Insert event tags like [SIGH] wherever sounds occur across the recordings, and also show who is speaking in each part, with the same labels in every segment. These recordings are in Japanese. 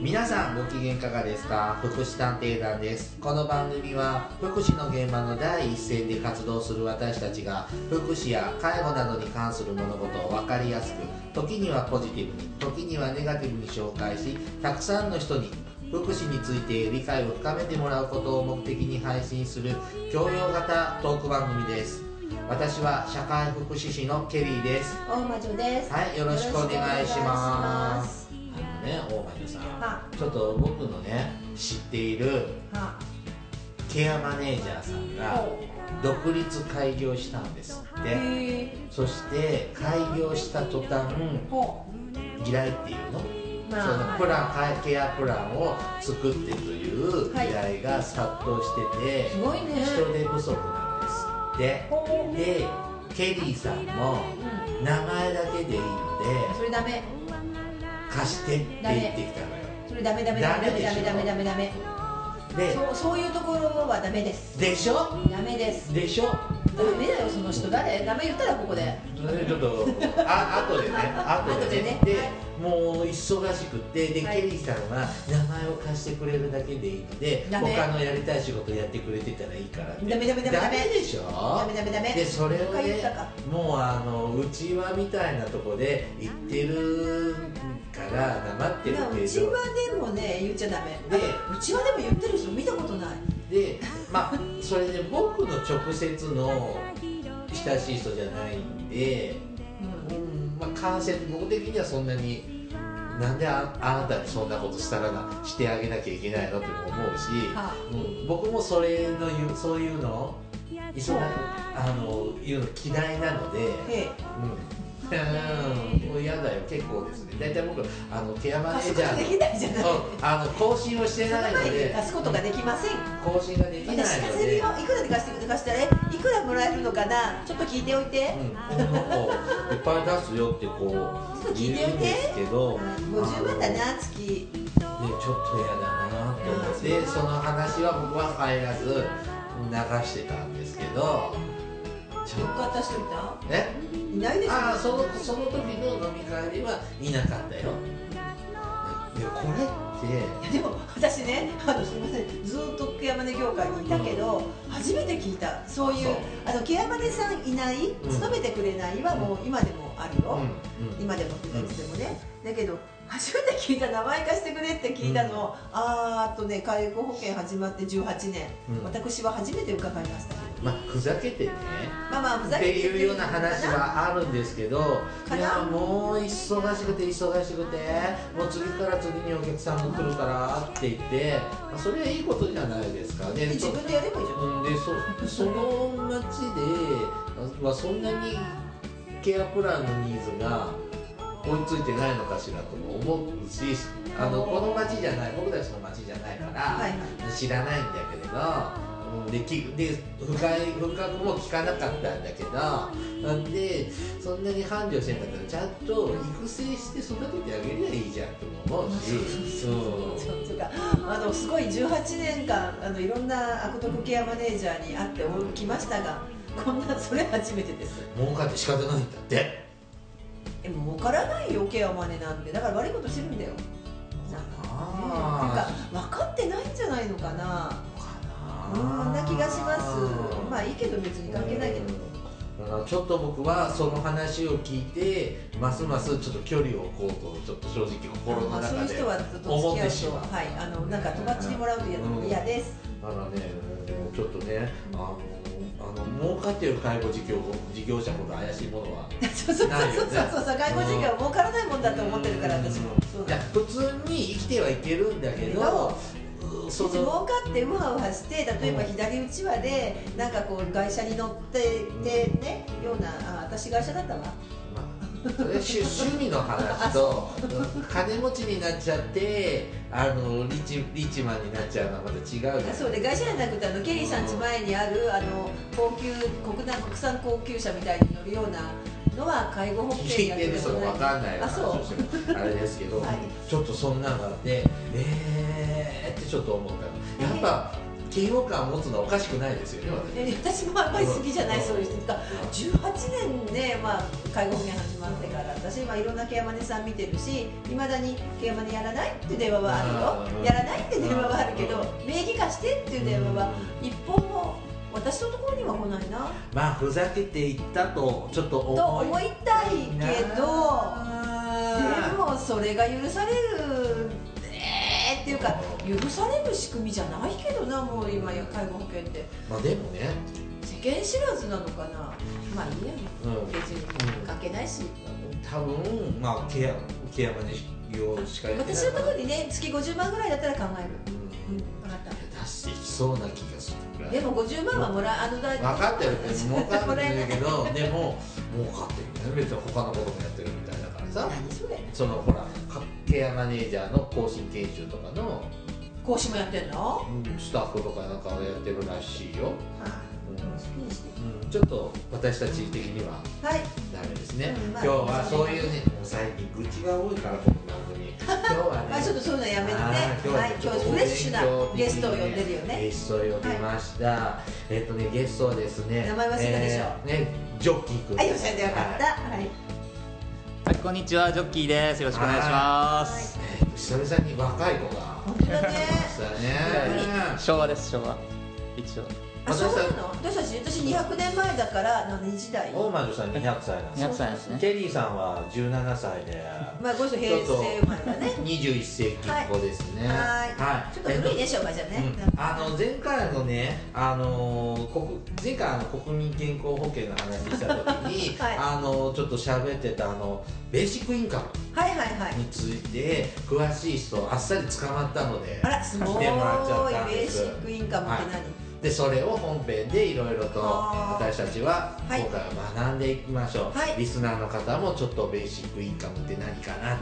Speaker 1: 皆さんご機嫌いかがですか福祉探偵団ですこの番組は福祉の現場の第一線で活動する私たちが福祉や介護などに関する物事を分かりやすく時にはポジティブに時にはネガティブに紹介したくさんの人に福祉について理解を深めてもらうことを目的に配信する教養型トーク番組です私は社会福祉士のケリーです
Speaker 2: 大魔女です。
Speaker 1: はいよろしくお願いしますあ
Speaker 2: よ
Speaker 1: のね大前さん
Speaker 2: ろしくお願いします。は
Speaker 1: ちょっと僕のね知っている
Speaker 2: は
Speaker 1: ケアマネージャーさんが
Speaker 2: ほ
Speaker 1: 独立開業したんですって
Speaker 2: へえ
Speaker 1: そして開業した途端
Speaker 2: ほ
Speaker 1: 依頼っていうの
Speaker 2: う。
Speaker 1: そ
Speaker 2: ま
Speaker 1: の
Speaker 2: あ
Speaker 1: プランかケアプランを作ってという依
Speaker 2: はい
Speaker 1: 頼が殺到してて
Speaker 2: すごいね。
Speaker 1: 人手不足なんです
Speaker 2: ほう。う
Speaker 1: っ
Speaker 2: ん。
Speaker 1: てでケリーさんの名前だけでいいの
Speaker 2: そ
Speaker 1: で
Speaker 2: れダメ。
Speaker 1: 貸してって言ってきたのよ
Speaker 2: それダメダメダメダメダメダメダメダメ。
Speaker 1: で
Speaker 2: そうそういうところはダメです。
Speaker 1: でしょ
Speaker 2: ダメです。
Speaker 1: でしょ
Speaker 2: ダメだよその人誰？ダメ言ったらここで。
Speaker 1: ちょっとあ後でね後でね
Speaker 2: [LAUGHS] 後
Speaker 1: で
Speaker 2: でね
Speaker 1: もう忙しくてで、
Speaker 2: はい
Speaker 1: ケリーさんは名前を貸してくれるだけでいいので
Speaker 2: ダメ
Speaker 1: 他のやりたい仕事やってくれてたらいいからって
Speaker 2: ダメダメダメダメ
Speaker 1: でしょ
Speaker 2: ダメダメダメ。
Speaker 1: でそれを
Speaker 2: 他言っ
Speaker 1: ね
Speaker 2: たか
Speaker 1: もうあのうちわみたいなとこで言ってるから黙って
Speaker 2: い
Speaker 1: る
Speaker 2: やう
Speaker 1: け
Speaker 2: ち
Speaker 1: ど
Speaker 2: はでもね言っちゃダメ。
Speaker 1: で
Speaker 2: うちはでも言ってる人見たことない。
Speaker 1: でまあそれで僕の直接の親しい人じゃないんで
Speaker 2: うん。
Speaker 1: うんまあ、感染僕的にはそんなになんでああなたにそんなことしたらなしてあげなきゃいけないのって思うし、
Speaker 2: は
Speaker 1: うん僕もそれの言うそういうのいそ
Speaker 2: そう
Speaker 1: あの言うの嫌いなので、
Speaker 2: い。ええ。
Speaker 1: うん、うんもう嫌だよ結構ですね大体僕あのケアマネ
Speaker 2: 貸す
Speaker 1: ージ
Speaker 2: こと
Speaker 1: ャ
Speaker 2: で
Speaker 1: ー
Speaker 2: きないじゃない。
Speaker 1: のうんあの更新をして
Speaker 2: その
Speaker 1: ないの
Speaker 2: 前に
Speaker 1: で
Speaker 2: 貸すことができません。
Speaker 1: 更新ができないの
Speaker 2: 私貸せる
Speaker 1: で
Speaker 2: よ。いくらで貸してくれ貸したらえいくらもらえるのかな。ちょっと聞いておいて。
Speaker 1: うん、なんかいっぱい出すよってこう
Speaker 2: 聞いておいて
Speaker 1: 言うんですけど
Speaker 2: 五十万だな月。
Speaker 1: でちょっと嫌だなって思って、その話は僕は入らず流してたんですけどちょ
Speaker 2: よ
Speaker 1: っ
Speaker 2: かった人いた？
Speaker 1: とね
Speaker 2: いないでしょ。
Speaker 1: ああそのその時の飲み会ではいなかったよでこれっ
Speaker 2: いやでも私ねあのすみませんずっとケアマネ業界にいたけど、初めて聞いたそういう
Speaker 1: そう
Speaker 2: あのケアマネさんいない
Speaker 1: ん
Speaker 2: 勤めてくれないはもう今でもある
Speaker 1: て、
Speaker 2: よ、今でもいつでもね、だけど初めて聞いた名前貸してくれって聞いたの、あーっとね介護保険始まって18年、
Speaker 1: うん
Speaker 2: 私は初めて伺いましたけど
Speaker 1: まあふざけてね
Speaker 2: まあまあふ
Speaker 1: っ
Speaker 2: ざけ
Speaker 1: て
Speaker 2: て言って
Speaker 1: いうような話はあるんですけど
Speaker 2: かない
Speaker 1: やもう忙しくて忙しくてもう次から次にお客さんが来るからって言って、まあ、それはいいことじゃないですかで
Speaker 2: 自
Speaker 1: そ
Speaker 2: 分でやればいいじゃん
Speaker 1: うんでそその町で、まあ、そんなにケアプランのニーズが追いついてないのかしらとも思うしあのこの町じゃない僕たちの町じゃないから、
Speaker 2: はいはい
Speaker 1: 知らないんだけれど、うん、できで深い深くも聞かなかったんだけどなんでそんなに繁盛してんだったらちゃんと育成して育ててあげればいいじゃんとも思うし。うん
Speaker 2: そうそうかあのすごい18年間あのいろんな悪徳ケアマネージャーに会って驚きましたがこんなそれ初めてです
Speaker 1: 儲かって仕方ないんだって
Speaker 2: えもう分からないよケアマネなんてだから悪いことしてるんだよなんか
Speaker 1: あ
Speaker 2: なんか分かってないんじゃないのかな
Speaker 1: ー
Speaker 2: そんな気がしますまあいいけど別に関係ないけど
Speaker 1: うんあのちょっと僕はその話を聞いてますますちょっと距離を置こうとちょっと正直心の
Speaker 2: まあそうい
Speaker 1: 中
Speaker 2: う
Speaker 1: で
Speaker 2: 人はずっと
Speaker 1: 思っ
Speaker 2: 付き合
Speaker 1: て
Speaker 2: う
Speaker 1: し
Speaker 2: と
Speaker 1: まう
Speaker 2: はいあのなんか友達にもらうと嫌
Speaker 1: うん
Speaker 2: 嫌です
Speaker 1: あらねでもちょっとねあのあの儲かってる介護事業事業者ほど怪しいものは
Speaker 2: そうそうそう
Speaker 1: ないよね
Speaker 2: そうそう外国人が儲からないもんだと思ってるから私もそう
Speaker 1: いや
Speaker 2: だ
Speaker 1: 普通に生きてはいけるんだけどうんそ
Speaker 2: もし儲
Speaker 1: の
Speaker 2: かってウハウハして例えば左うちわでなんかこう会社に乗っててねようなあ私会社だったわ
Speaker 1: まあそれ趣趣味の [LAUGHS] 話とうん金持ちになっちゃってあのリッチリッチマンになっちゃうのはまた違うじゃない
Speaker 2: あそうで会社じゃなくてあのケリーさん家前にあるあの高級国内国産高級車みたいに乗るようなのは介護保険
Speaker 1: 聞い
Speaker 2: や
Speaker 1: てる人も分かんないような
Speaker 2: あ
Speaker 1: 話
Speaker 2: そう
Speaker 1: をしてもあれですけど、
Speaker 2: はい
Speaker 1: ちょっとそんなのがあってえーってちょっと思ったのやっぱ、嫌悪感を持つのはおかしくないですよね
Speaker 2: え私もあんまり好きじゃない、そういう人が18年ね、まあ、介護保険始まってから私今いろんなケアマネさん見てるしいまだにケアマネやらないって電話はある
Speaker 1: うん
Speaker 2: よやらないって電話はあるけど
Speaker 1: う
Speaker 2: 名義化してっていう電話は一本も私のところには来ないな
Speaker 1: まあふざけていったとちょっと
Speaker 2: と思
Speaker 1: 思い
Speaker 2: いたいけど
Speaker 1: な
Speaker 2: でもそれが許されるえーっていうか許される仕組みじゃないけどなもう今や介護保険って
Speaker 1: まあでもね、
Speaker 2: 世間知らずなのかなまあいいや
Speaker 1: うん、
Speaker 2: 別に関係ないし
Speaker 1: 多分まあケアケアマネ用しかやってない
Speaker 2: 私のところにね月50万ぐらいだったら考える
Speaker 1: う
Speaker 2: うんん分かっ
Speaker 1: 出していきそうな気がする
Speaker 2: たでも50万はもらあのだ
Speaker 1: 分かってるって儲か
Speaker 2: も
Speaker 1: って
Speaker 2: らえ
Speaker 1: る
Speaker 2: ない
Speaker 1: けど
Speaker 2: [LAUGHS]
Speaker 1: でも儲かってるんだよね別に他のこともやってるみたいだからさ
Speaker 2: 何それ
Speaker 1: そのほらケアマネージャーの更新研修とかの
Speaker 2: 講師もやってんの
Speaker 1: うんスタッフとかなんかをやってるらしいよ、
Speaker 2: 好きにして
Speaker 1: うん、ちょっと私たち的には
Speaker 2: はい
Speaker 1: ダメですね、
Speaker 2: うんまあ
Speaker 1: 今日はそういうねもう最近愚痴が多いからこの番
Speaker 2: [LAUGHS]
Speaker 1: 組今日はね
Speaker 2: まあちょっとそういうのやめてね
Speaker 1: あー
Speaker 2: はい今日フレッシュなゲストを呼んでるよね
Speaker 1: ゲストを呼びました、えっとねゲストはですね
Speaker 2: 名前忘れたでしょ
Speaker 1: えーねジョッキーくん
Speaker 2: はいよっしゃでよかったはい
Speaker 3: はい、こんにちは、ジョッキーです。よろしくお願いします。
Speaker 1: えー久々に若い子が
Speaker 2: 本当だね
Speaker 1: [LAUGHS] 来ましたね
Speaker 3: 昭和です、昭和。一応。
Speaker 2: あそうなの私たち私200年前だから何時代
Speaker 1: 大魔女さん200歳なんです
Speaker 3: 200歳ですね。
Speaker 1: ケリーさんは17歳で
Speaker 2: まあご一緒平成生まれだね
Speaker 1: 21世紀っ子ですね
Speaker 2: はい
Speaker 1: は
Speaker 2: ちょっと古いね昭和じゃね
Speaker 1: うんあの前回のね、あのー国前回あの国民健康保険の話した時に、
Speaker 2: [LAUGHS] はい
Speaker 1: あのーちょっと喋ってたあのベーシックインカム
Speaker 2: はいはいはい
Speaker 1: について詳しい人あっさり捕まったので
Speaker 2: あらすごい
Speaker 1: 来
Speaker 2: ベ
Speaker 1: てもらっちゃったん
Speaker 2: ー
Speaker 1: で
Speaker 2: シ
Speaker 1: す
Speaker 2: ックインカムって何
Speaker 1: でそれを本編でいろいろと
Speaker 2: あー
Speaker 1: 私たちは今
Speaker 2: はい
Speaker 1: 回は学んでいきましょう、
Speaker 2: はい
Speaker 1: リスナーの方もちょっとベーシックインカムって何かなっ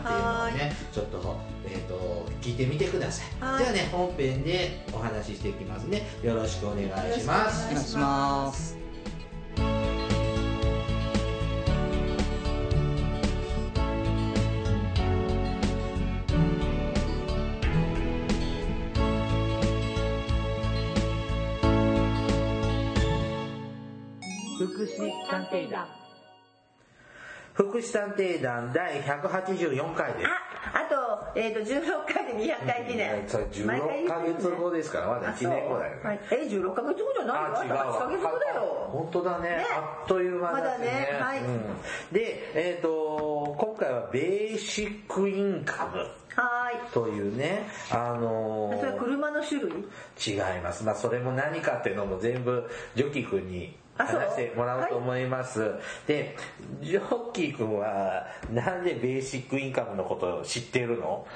Speaker 1: ていうのをねちょっと,、えー、と聞いてみてください、
Speaker 2: は
Speaker 1: じ
Speaker 2: い
Speaker 1: ゃあね本編でお話ししていきますねよろしくお願いします
Speaker 3: お願いします。
Speaker 4: 福祉探偵団
Speaker 1: 福祉探偵団第184回です
Speaker 2: ああと,、えー、と16回で200回記念、
Speaker 1: それ
Speaker 2: 毎回
Speaker 1: 16
Speaker 2: 言
Speaker 1: ヶ
Speaker 2: ってるね
Speaker 1: 月後ですからまだ1年後だよね
Speaker 2: あそうはいえ16ヶ月後じゃないよあと8ヶ月後だ
Speaker 1: あ
Speaker 2: よ
Speaker 1: 本当だね
Speaker 2: ね
Speaker 1: あっという間だね,、
Speaker 2: まだねはい
Speaker 1: うんでえっ、と今回はベーシックインカム
Speaker 2: はーい
Speaker 1: というねあの
Speaker 2: それは
Speaker 1: ー
Speaker 2: 車の種類
Speaker 1: 違いますまあそれも何かっていうのも全部ジョッキー君に
Speaker 2: あそう
Speaker 1: 話してもらおうと思います、でジョッキー君はなんでベーシックインカムのことを知ってるの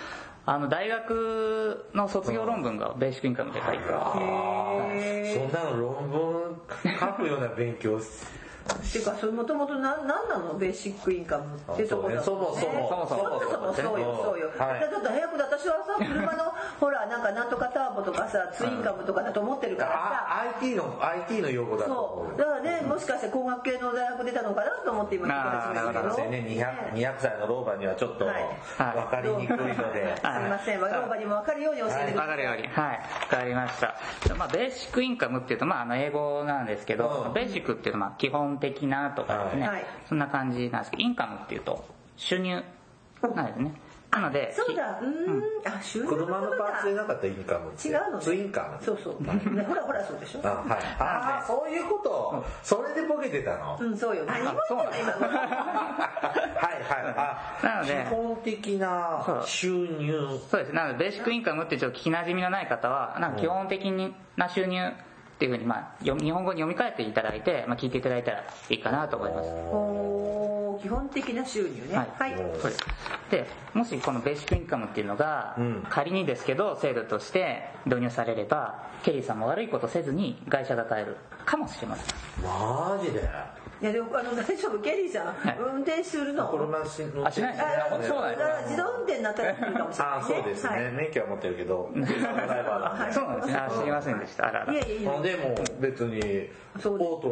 Speaker 3: あの、大学の卒業論文がベーシックインカムで書いて
Speaker 1: あ
Speaker 3: あ
Speaker 1: ーそんなの論文書くような勉強
Speaker 2: っていうかそれもともと何なのベーシックインカムってとこだもんね
Speaker 1: そうねそもそも
Speaker 2: そもそもそうよそうよ、
Speaker 1: はい
Speaker 2: だからちょっと早く私はさ車のほらなんかなんとかターボとかさツインカムとかだと思ってるからさ
Speaker 1: あ IT の IT の用語だと思
Speaker 2: そうだからね、もしかして工学系の大学出たのかなと思って今聞き始め
Speaker 1: な
Speaker 2: たけ
Speaker 1: ん
Speaker 2: ど
Speaker 1: せね 200, 200歳の老婆にはちょっと分
Speaker 2: はい
Speaker 1: かりにくいので、
Speaker 2: すいません、わがばにも分かるように教えて
Speaker 3: る。
Speaker 2: くだ
Speaker 3: わ
Speaker 2: さ
Speaker 3: か
Speaker 2: い。
Speaker 3: るように。はい。わかりました。じゃあまあ、ベーシックインカムっていうと、まあ、あの、英語なんですけど、
Speaker 1: うん
Speaker 3: ベーシックっていうのは、まあ基本的なとかですね、
Speaker 2: はいはい
Speaker 3: そんな感じなんですけど、インカムっていうと、収入なんですね。なので、
Speaker 2: そうだ、うーん、あ、収入
Speaker 1: 車のパーツで
Speaker 2: だ。
Speaker 1: なかったインカムって
Speaker 2: 違うのね
Speaker 1: ツインカム
Speaker 2: そうそう、ねほらほら、そうでしょ
Speaker 1: あ。はい、あーそういうこと、それでボケてたの、
Speaker 2: うん、そうよ。何も言ってない、今
Speaker 3: [LAUGHS]
Speaker 1: は
Speaker 2: の。
Speaker 1: いはいあ
Speaker 3: なので
Speaker 1: 基本的な収入
Speaker 3: そうです。なので、ベーシックインカムってちょっと聞きなじみのない方は、なんか基本的な収入っていうふうに、まあ、読み日本語に読み替えていただいて、まあ、聞いていただいたらいいかなと思います。
Speaker 2: おー基本的な収入ね。
Speaker 3: は
Speaker 2: はいい。
Speaker 3: そうです。で、もしこのベーシックインカムっていうのが、
Speaker 1: うん
Speaker 3: 仮にですけど、制度として導入されれば、ケリーさんも悪いことせずに会社が買えるかもしれません。
Speaker 1: マジで
Speaker 2: いや、でも、あの、大丈夫、ケリーさ
Speaker 3: はい
Speaker 2: ん、運転するの。
Speaker 1: 車し乗
Speaker 3: あしないですね
Speaker 2: あ
Speaker 3: そうなんですね
Speaker 2: あ自動運転になったらするかもしれない、
Speaker 1: あ
Speaker 2: ね。
Speaker 1: ーそうですね、
Speaker 2: はい
Speaker 1: 免許は持ってるけど車のドライバーなんで
Speaker 3: そうなんですね。あ、知りませんでした。あらあら。
Speaker 2: いやいやいや
Speaker 1: あでも別にオ
Speaker 2: そうです
Speaker 1: ート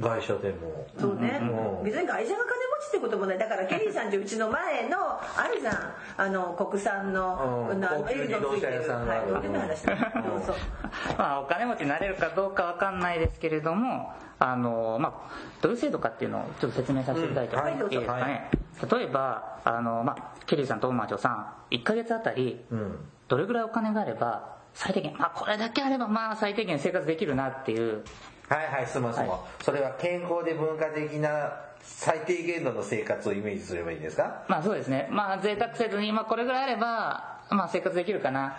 Speaker 1: な会社でも
Speaker 2: そうね、
Speaker 1: うん
Speaker 2: 別に会社が金
Speaker 4: 落ちてこともないだからケリーさんってうちの前のあるじゃんあの国産の,、
Speaker 5: うん
Speaker 4: のあの
Speaker 5: 高級
Speaker 4: エルのついて
Speaker 5: 自動車屋
Speaker 4: る
Speaker 5: さんが
Speaker 4: はいどうでもいい話だ
Speaker 5: うん
Speaker 4: そうそう
Speaker 3: [LAUGHS] まあ、お金持ちになれるかどうかわかんないですけれども、あのまあ、どういう制度かっていうのをちょっと説明させていただいて
Speaker 5: うん
Speaker 3: も
Speaker 5: はい
Speaker 3: いいですかね、例えばあの、まあ、ケリーさんと大魔女さん1ヶ月あたり
Speaker 5: うん
Speaker 3: どれぐらいお金があれば最低限、まあ、これだけあればまあ最低限生活できるなっていう
Speaker 5: はいはい質問質問、それは健康で文化的な最低限度の生活をイメージすればいいんですか
Speaker 3: まあそうですねまあ贅沢せずに、まあ、これぐらいあれば、まあ、生活できるかな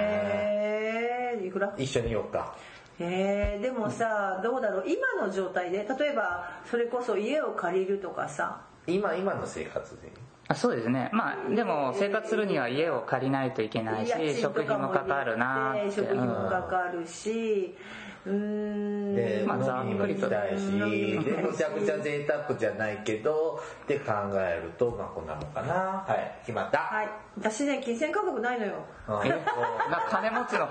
Speaker 4: へえいくら
Speaker 5: 一緒によっか
Speaker 4: えー、でもさどうだろう今の状態で例えばそれこそ家を借りるとかさ
Speaker 5: 今今の生活で
Speaker 3: あそうですねまあでも生活するには家を借りないといけないし食費もかかるなー
Speaker 4: 家
Speaker 3: っ
Speaker 4: 賃
Speaker 3: て
Speaker 4: とかも入れて食費も
Speaker 3: うん
Speaker 4: かかるしうーん
Speaker 5: で、
Speaker 3: まあ
Speaker 5: 飲みにも行きたいし、
Speaker 4: ざっくりと
Speaker 5: で、むちゃくちゃ贅沢じゃないけど、って考えると、まあ、こんなもんかな。はい、決まった。
Speaker 4: [LAUGHS] はい私ね金銭感覚ないのよ
Speaker 5: はい。
Speaker 3: な金持ちの
Speaker 4: ない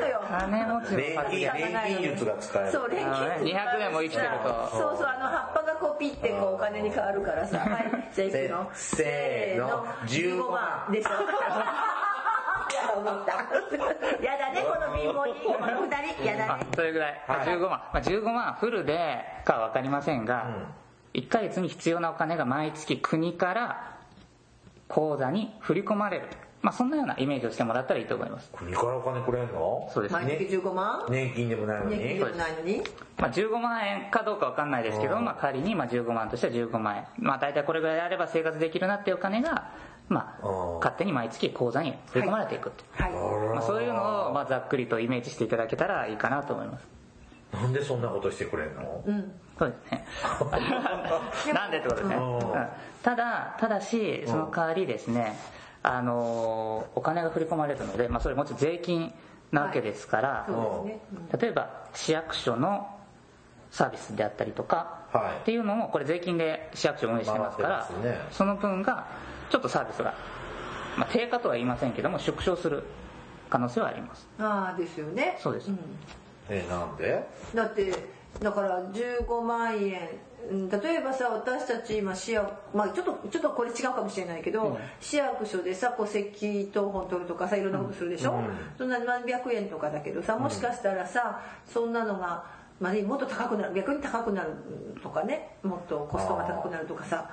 Speaker 4: のよ
Speaker 3: 金持ちの
Speaker 5: 錬
Speaker 3: 方
Speaker 5: 金、錬金術が使える。
Speaker 4: そう錬金術
Speaker 3: 200年も生きてると
Speaker 4: そうそうあの葉っぱがこうピッてこうお金に変わるからさはいじゃあいくの
Speaker 5: せーの
Speaker 4: 15万でしょやだ思ったやだねこの貧乏人この二人やだ
Speaker 3: あ
Speaker 4: ね
Speaker 3: それぐらい、あ
Speaker 5: はい
Speaker 3: 15万、まあ、15万フルでかは分かりませんが、1ヶ月に必要なお金が毎月国から口座に振り込まれる、まあ、そんなようなイメージをしてもらったらいいと思います
Speaker 5: 国からお金くれんの
Speaker 3: そうですね
Speaker 4: 毎月15万
Speaker 5: 年金でもないの
Speaker 4: 年金
Speaker 5: に
Speaker 4: で。もないのに
Speaker 3: まあ、15万円かどうかわかんないですけど、
Speaker 5: うん
Speaker 3: まあ、仮にまあ15万としては15万円、まあ、大体これぐらいあれば生活できるなっていうお金が、まあ
Speaker 5: うん、
Speaker 3: 勝手に毎月口座に振り込まれていくっていう、
Speaker 4: はい
Speaker 5: あ
Speaker 3: ま
Speaker 5: ら
Speaker 3: あ、そういうのをまあざっくりとイメージしていただけたらいいかなと思います
Speaker 5: なんでそんなことしてくれんの
Speaker 4: うん
Speaker 3: そうですね
Speaker 5: [LAUGHS]
Speaker 3: なんでってことですね、
Speaker 5: うん
Speaker 3: うんただただしその代わりですね、あのーお金が振り込まれるので、まあ、それもちろん税金なわけですから、
Speaker 4: そうですねうん
Speaker 3: 例えば市役所のサービスであったりとか、
Speaker 5: はい
Speaker 3: っていうのもこれ税金で市役所運営してますから
Speaker 5: 回ってますね
Speaker 3: その分がちょっとサービスが、まあ、低下とは言いませんけども縮小する可能性はあります
Speaker 4: ああですよね
Speaker 3: そうです
Speaker 4: ん
Speaker 5: え、なんで
Speaker 4: だってだから15万円うん例えばさ私たち今市役、まあ、ちょっとちょっとこれ違うかもしれないけど、市役所でさ戸籍謄本取るとかさいろんなことするでしょ、そんな何百円とかだけどさもしかしたらさそんなのが。まあねもっと高くなる逆に高くなるとかねもっとコストが高くなるとかさ、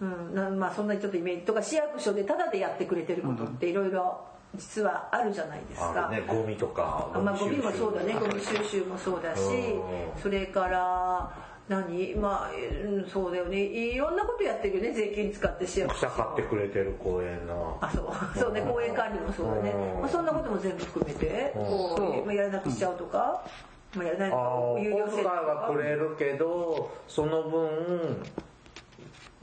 Speaker 4: うんなまあ、そんなちょっとイメージとか市役所でタダでやってくれてることっていろいろ実はあるじゃないですか
Speaker 5: あ、るね、ゴミとか。
Speaker 4: まあ、ゴミもそうだね
Speaker 5: 収
Speaker 4: ゴ
Speaker 5: 集
Speaker 4: ミ収集もそうだし
Speaker 5: うん
Speaker 4: それから何まあうんそうだよねいろんなことやってるよね税金使って市役所
Speaker 5: 草買ってくれてる公園の。
Speaker 4: あそうそうね公園管理もそうだね、
Speaker 5: うん
Speaker 4: まあ、そんなことも全部含めてこう
Speaker 3: そう
Speaker 4: まあやらなくしちゃうとか、まあ、やらない
Speaker 5: ああお
Speaker 4: 有料
Speaker 5: 小遣
Speaker 4: 制
Speaker 5: い
Speaker 4: 度と
Speaker 5: は
Speaker 4: か
Speaker 5: くれるけどその分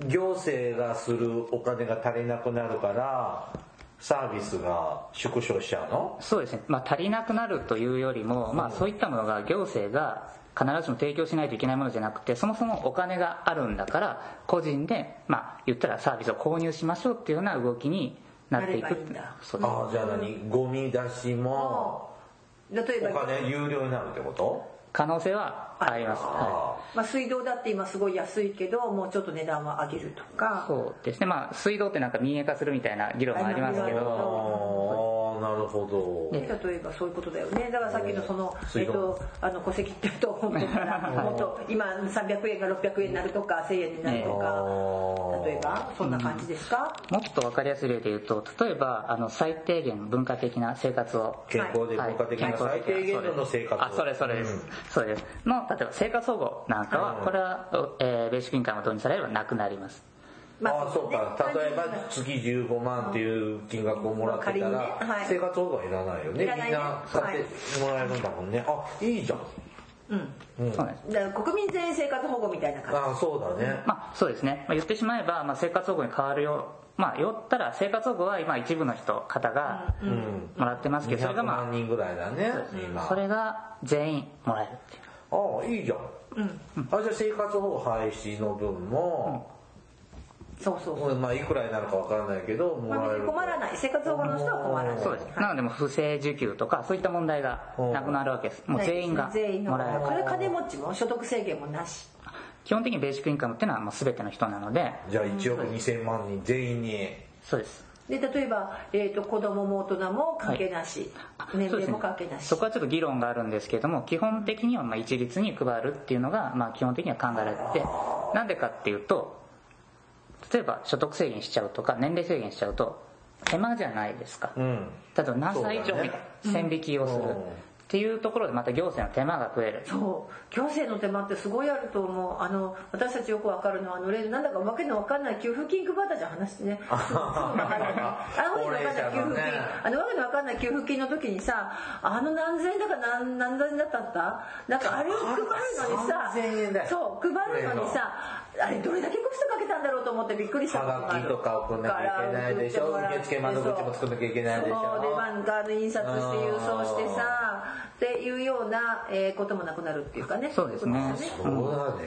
Speaker 5: 行政がするお金が足りなくなるからサービスが縮小しちゃうの
Speaker 3: そうですね、まあ、足りなくなるというよりも、まあ、そういったものが行政が必ずしも提供しないといけないものじゃなくてそもそもお金があるんだから個人で、まあ、言ったらサービスを購入しましょうっていうような動きになっていく
Speaker 4: なればいいんだ
Speaker 3: そうです
Speaker 5: ああじゃあ何ゴミ出しも
Speaker 4: 例
Speaker 5: お
Speaker 4: えば、
Speaker 5: 金有料になるってこと
Speaker 3: 可能性はあります、は
Speaker 5: あ
Speaker 4: まあ、水道だって今すごい安いけどもうちょっと値段は上げると
Speaker 3: い、
Speaker 4: か
Speaker 3: そうですね、まあ、水道ってなんか民営化するみたいな議論もありますけ
Speaker 5: ああ
Speaker 4: あ
Speaker 3: ど
Speaker 5: ーなるほど
Speaker 4: ね例えばそういうことだよねだからさっきのその、
Speaker 5: うん
Speaker 4: えっと、あの戸籍って言うと本当からもっと今300円が600円になるとか1000円になるとか、
Speaker 5: あ
Speaker 4: 例えばそんな感じですか、
Speaker 3: もっと分かりやすい例で言うと例えばあの最低限文化的な生活を
Speaker 5: 健康で
Speaker 3: はい
Speaker 5: 文化的な最低限度の生活
Speaker 3: あそれそれです、そうですの例えば生活保護なんか
Speaker 5: うん
Speaker 3: はこれは、えーベーシックインカムが導入されればなくなります
Speaker 5: ああそうか
Speaker 4: ね
Speaker 5: 例えば月15万っていう金額をもらってた
Speaker 4: うん仮にねは
Speaker 5: ら
Speaker 4: い
Speaker 5: 生活保護はいらないよね
Speaker 4: いらないね
Speaker 5: みんな買ってもらえるんだもんねあいいじゃん
Speaker 4: うん
Speaker 5: うん
Speaker 3: そうなんです
Speaker 4: だから国民全員生活保護みたいな感
Speaker 5: あそうだね
Speaker 3: まあそうですね、まあ、言ってしまえば、まあ、生活保護に変わるよまあよったら生活保護は今一部の人方が
Speaker 5: うん
Speaker 3: もらってますけど、それが
Speaker 5: 200
Speaker 3: ま
Speaker 5: 万人ぐらいだね
Speaker 3: あ
Speaker 5: 今
Speaker 3: それが全員もらえるっていう
Speaker 5: ああいいじゃんあじゃあ生活保護廃止の分も
Speaker 4: じそうそうそう、
Speaker 5: うんまあいくらになるかわからないけども
Speaker 4: まあ、
Speaker 5: ら
Speaker 4: 別
Speaker 5: える
Speaker 4: に
Speaker 5: と
Speaker 4: 困らない生活保護の人は困らない
Speaker 3: そうです、
Speaker 4: はい
Speaker 3: なのでもう不正受給とかそういった問題がなくなるわけですもう全員が
Speaker 4: 全員の
Speaker 3: もらえる
Speaker 4: これ金持ちも所得制限もなし
Speaker 3: 基本的にベーシックインカムっていうのはもう全ての人なので
Speaker 5: じゃあ1億2000万人全員に
Speaker 3: そうです
Speaker 4: で例えば、えー、と子供も大人も関係なし、年
Speaker 3: そうで
Speaker 4: 齢
Speaker 3: すね
Speaker 4: も関係なし
Speaker 3: そこはちょっと議論があるんですけれども基本的にはまあ一律に配るっていうのがまあ基本的には考えられててなんでかっていうと例えば所得制限しちゃうとか年齢制限しちゃうと手間じゃないですか、
Speaker 5: うん
Speaker 3: 例えば何歳以
Speaker 5: そ
Speaker 3: 上
Speaker 5: うだ
Speaker 3: に
Speaker 5: ね
Speaker 3: 線引きをするっていうところでまた行政の手間が増える
Speaker 4: そう行政の手間ってすごいあると思うあの私たちよくわかるのはあの例のなんだかわけのわかんない給付金配ったじゃん話
Speaker 5: [LAUGHS]
Speaker 4: ねすぐすぐわかんないあのわけのわかんない給
Speaker 5: 高齢者の
Speaker 4: 付
Speaker 5: ね
Speaker 4: 金あのわけのわかんない給付金の時にさあの何千円だか何何千円だったったなんかあれを配るのにさ
Speaker 5: 3000円だよ
Speaker 4: そう配るのにさあれどれだけコストかけたんだろうと思ってびっくりした
Speaker 5: はがきとか送んなきゃいけないでしょ
Speaker 4: から
Speaker 5: 受付窓口も作んなきゃいけないでしょ
Speaker 4: そうでなんかあの印刷して郵送してさっていうような、えーこともなくなるっていうかね
Speaker 3: そうですね
Speaker 4: そうですね
Speaker 5: そうだ
Speaker 4: う
Speaker 5: ね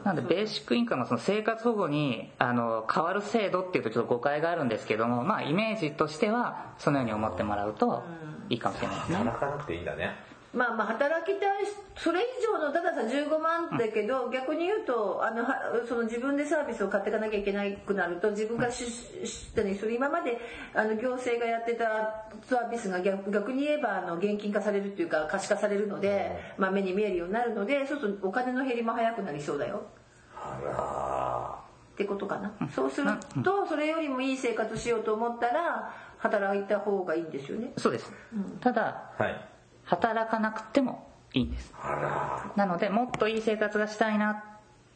Speaker 4: ん
Speaker 3: なんでベーシックインカムはその生活保護にあの変わる制度っていうとちょっと誤解があるんですけどもまあイメージとしてはそのように思ってもらうといいかもしれないですね
Speaker 5: 働かなくていいんだね
Speaker 4: まあまあ働きたいしそれ以上のたださ15万だけど、逆に言うとあのはその自分でサービスを買っていかなきゃいけなくなると自分がし、し何それ今まであの行政がやってたサービスが逆逆に言えばあの現金化されるっていうか可視化されるので、まあ、目に見えるようになるのでそうするとお金の減りも早くなりそうだよ。
Speaker 5: あ
Speaker 4: ってことかな、そうするとそれよりもいい生活しようと思ったら働いた方がいいんですよね
Speaker 3: そうですただ
Speaker 5: らはい
Speaker 3: 働かなくてもいいんです
Speaker 5: あら
Speaker 3: なのでもっといい生活がしたいな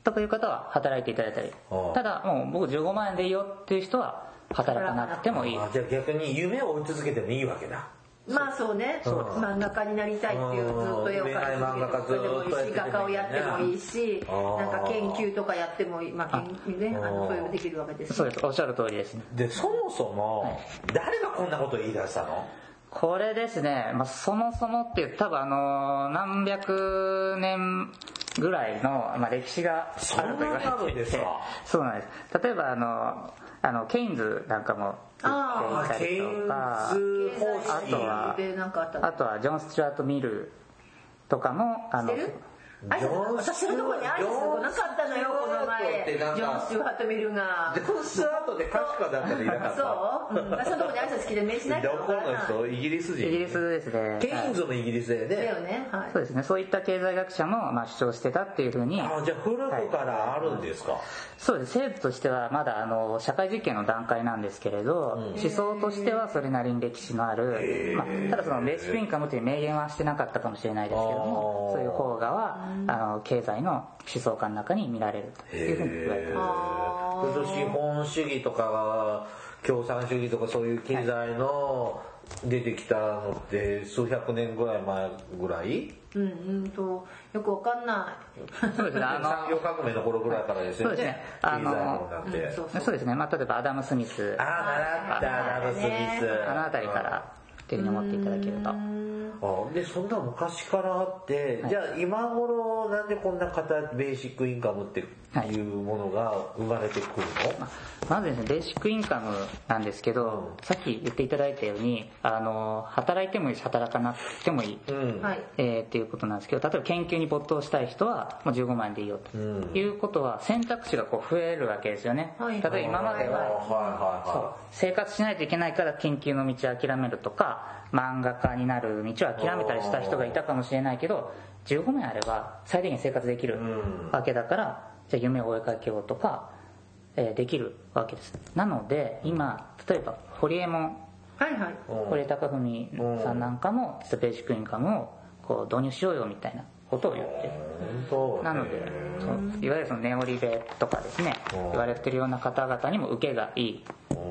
Speaker 3: とかいう方は働いていただいたり
Speaker 5: おう
Speaker 3: ただもう僕15万円でいいよっていう人は働かなくてもいい
Speaker 5: あじゃあ逆に夢を追い続けてもいいわけだ
Speaker 4: まあそうね漫画家になりたいっていうずっと絵を描いてる人でもいいし画家をやってもいいしなんか研究とかやってもいいまあ研究ねあのそういうのできるわけです
Speaker 3: そう
Speaker 4: ね
Speaker 3: ですおっしゃる通りですね
Speaker 5: でそもそも誰がこんなこと言い出したの
Speaker 3: これですね、まあ、そもそもっていう多分あの何百年ぐらいの、まあ、歴史があると言わ
Speaker 5: そんなのあ
Speaker 3: れ
Speaker 5: る
Speaker 3: て
Speaker 5: んで
Speaker 3: い
Speaker 5: す
Speaker 3: て
Speaker 5: か
Speaker 3: そうなんです例えばあのあのケインズなんかも言
Speaker 4: あ
Speaker 3: っていた
Speaker 5: ケイ
Speaker 3: りと
Speaker 5: ン
Speaker 3: か
Speaker 5: ズ方
Speaker 4: 経
Speaker 5: 式
Speaker 4: 済学でなんかあった
Speaker 3: あとはジョン・スチュアート・ミルとかもあ
Speaker 4: 知っ
Speaker 3: の
Speaker 4: てるあいつ私のとこにアイスがなかったのよこの前ジョン・スチュワート・ミルが
Speaker 5: ジョン・スチュアートで歌手家だったらいなかった
Speaker 4: そう、うん、私のとこに挨拶来て名刺ないか
Speaker 5: ど
Speaker 4: らわ
Speaker 5: こ
Speaker 4: からない
Speaker 5: の人イギリス人
Speaker 3: イギリスですね
Speaker 5: ケインズもイギリスだよね、
Speaker 4: だよねはい
Speaker 3: そうですねそういった経済学者もまあ主張してたっていうふうに
Speaker 5: あじゃあ古くからあるんですか、
Speaker 3: そうです制度としてはまだあの社会実験の段階なんですけれど、思想としてはそれなりに歴史のある、まあ、ただそのレーシックインカムという名言はしてなかったかもしれないですけども
Speaker 5: あー
Speaker 3: そういう方がはあの経済の思想家の中に見られるというふうに言われて
Speaker 5: へ
Speaker 3: ます
Speaker 5: ーそれと資本主義とか共産主義とかそういう経済の出てきたのって数百年ぐらい前ぐらい
Speaker 4: うんうんとよくわかんな
Speaker 3: そうですねあの
Speaker 5: 産 [LAUGHS] 業革命の頃ぐらいからですよ
Speaker 3: そうです
Speaker 5: ね
Speaker 3: ね
Speaker 5: 経
Speaker 3: あ
Speaker 5: 済
Speaker 3: の
Speaker 5: のなん
Speaker 4: い、うん、
Speaker 5: て
Speaker 4: そう
Speaker 3: そうですね、まあ、例えばアダム・スミス
Speaker 5: ああ習ったアダム・スミス
Speaker 3: あの辺りからっていうふうに思っていただけると。
Speaker 5: あでそんな昔からあって、じゃあ今頃なんでこんな形ベーシックインカムっていうものが生まれてくるの、
Speaker 3: まずですね、ベーシックインカムなんですけど、さっき言っていただいたように、あの、働いてもいいし、働かなくてもいい。
Speaker 5: うん
Speaker 4: はい
Speaker 3: えーっていうことなんですけど例えば研究に没頭したい人はもう15万円でいいよと、
Speaker 5: ん
Speaker 3: いうことは選択肢がこう増えるわけですよね、
Speaker 4: はい
Speaker 3: 例えば今まで
Speaker 5: はいはい
Speaker 3: は
Speaker 5: は
Speaker 3: 生活しないといけないから研究の道を諦めるとか漫画家になる道を諦めたりした人がいたかもしれないけど15万円あれば最低限生活できる
Speaker 5: ん
Speaker 3: わけだから、じゃあ夢を追いかけようとか、えーできるわけですなので今例えば堀エモ門
Speaker 4: はいはい
Speaker 5: いはい
Speaker 3: 堀江貴文さんなんかも実はベーシックインカムをこう導入しようよみたいなことを言ってる
Speaker 5: 本当
Speaker 3: なのでそういわゆるそのネオリベとかですね言われてるような方々にも受けがいい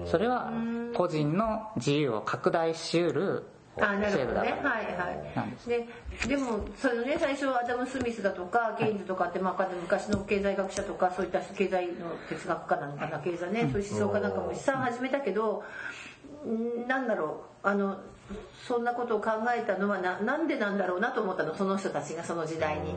Speaker 3: それは個人の自由を拡大しうる
Speaker 4: あなる
Speaker 3: 制
Speaker 4: ほ
Speaker 3: 度
Speaker 4: ど
Speaker 3: だ
Speaker 4: ね
Speaker 3: か
Speaker 4: は
Speaker 3: ら
Speaker 4: い
Speaker 3: な
Speaker 4: は
Speaker 3: ん
Speaker 4: いででもそのね最初アダム・スミスだとかケインズとかって、まあ、昔の経済学者とかそういった経済の哲学家なのかな経済ねそういう思想家なんかも一産始めたけどんなんだろうあのそんなことを考えたのはななんでなんだろうなと思ったのその人たちがその時代に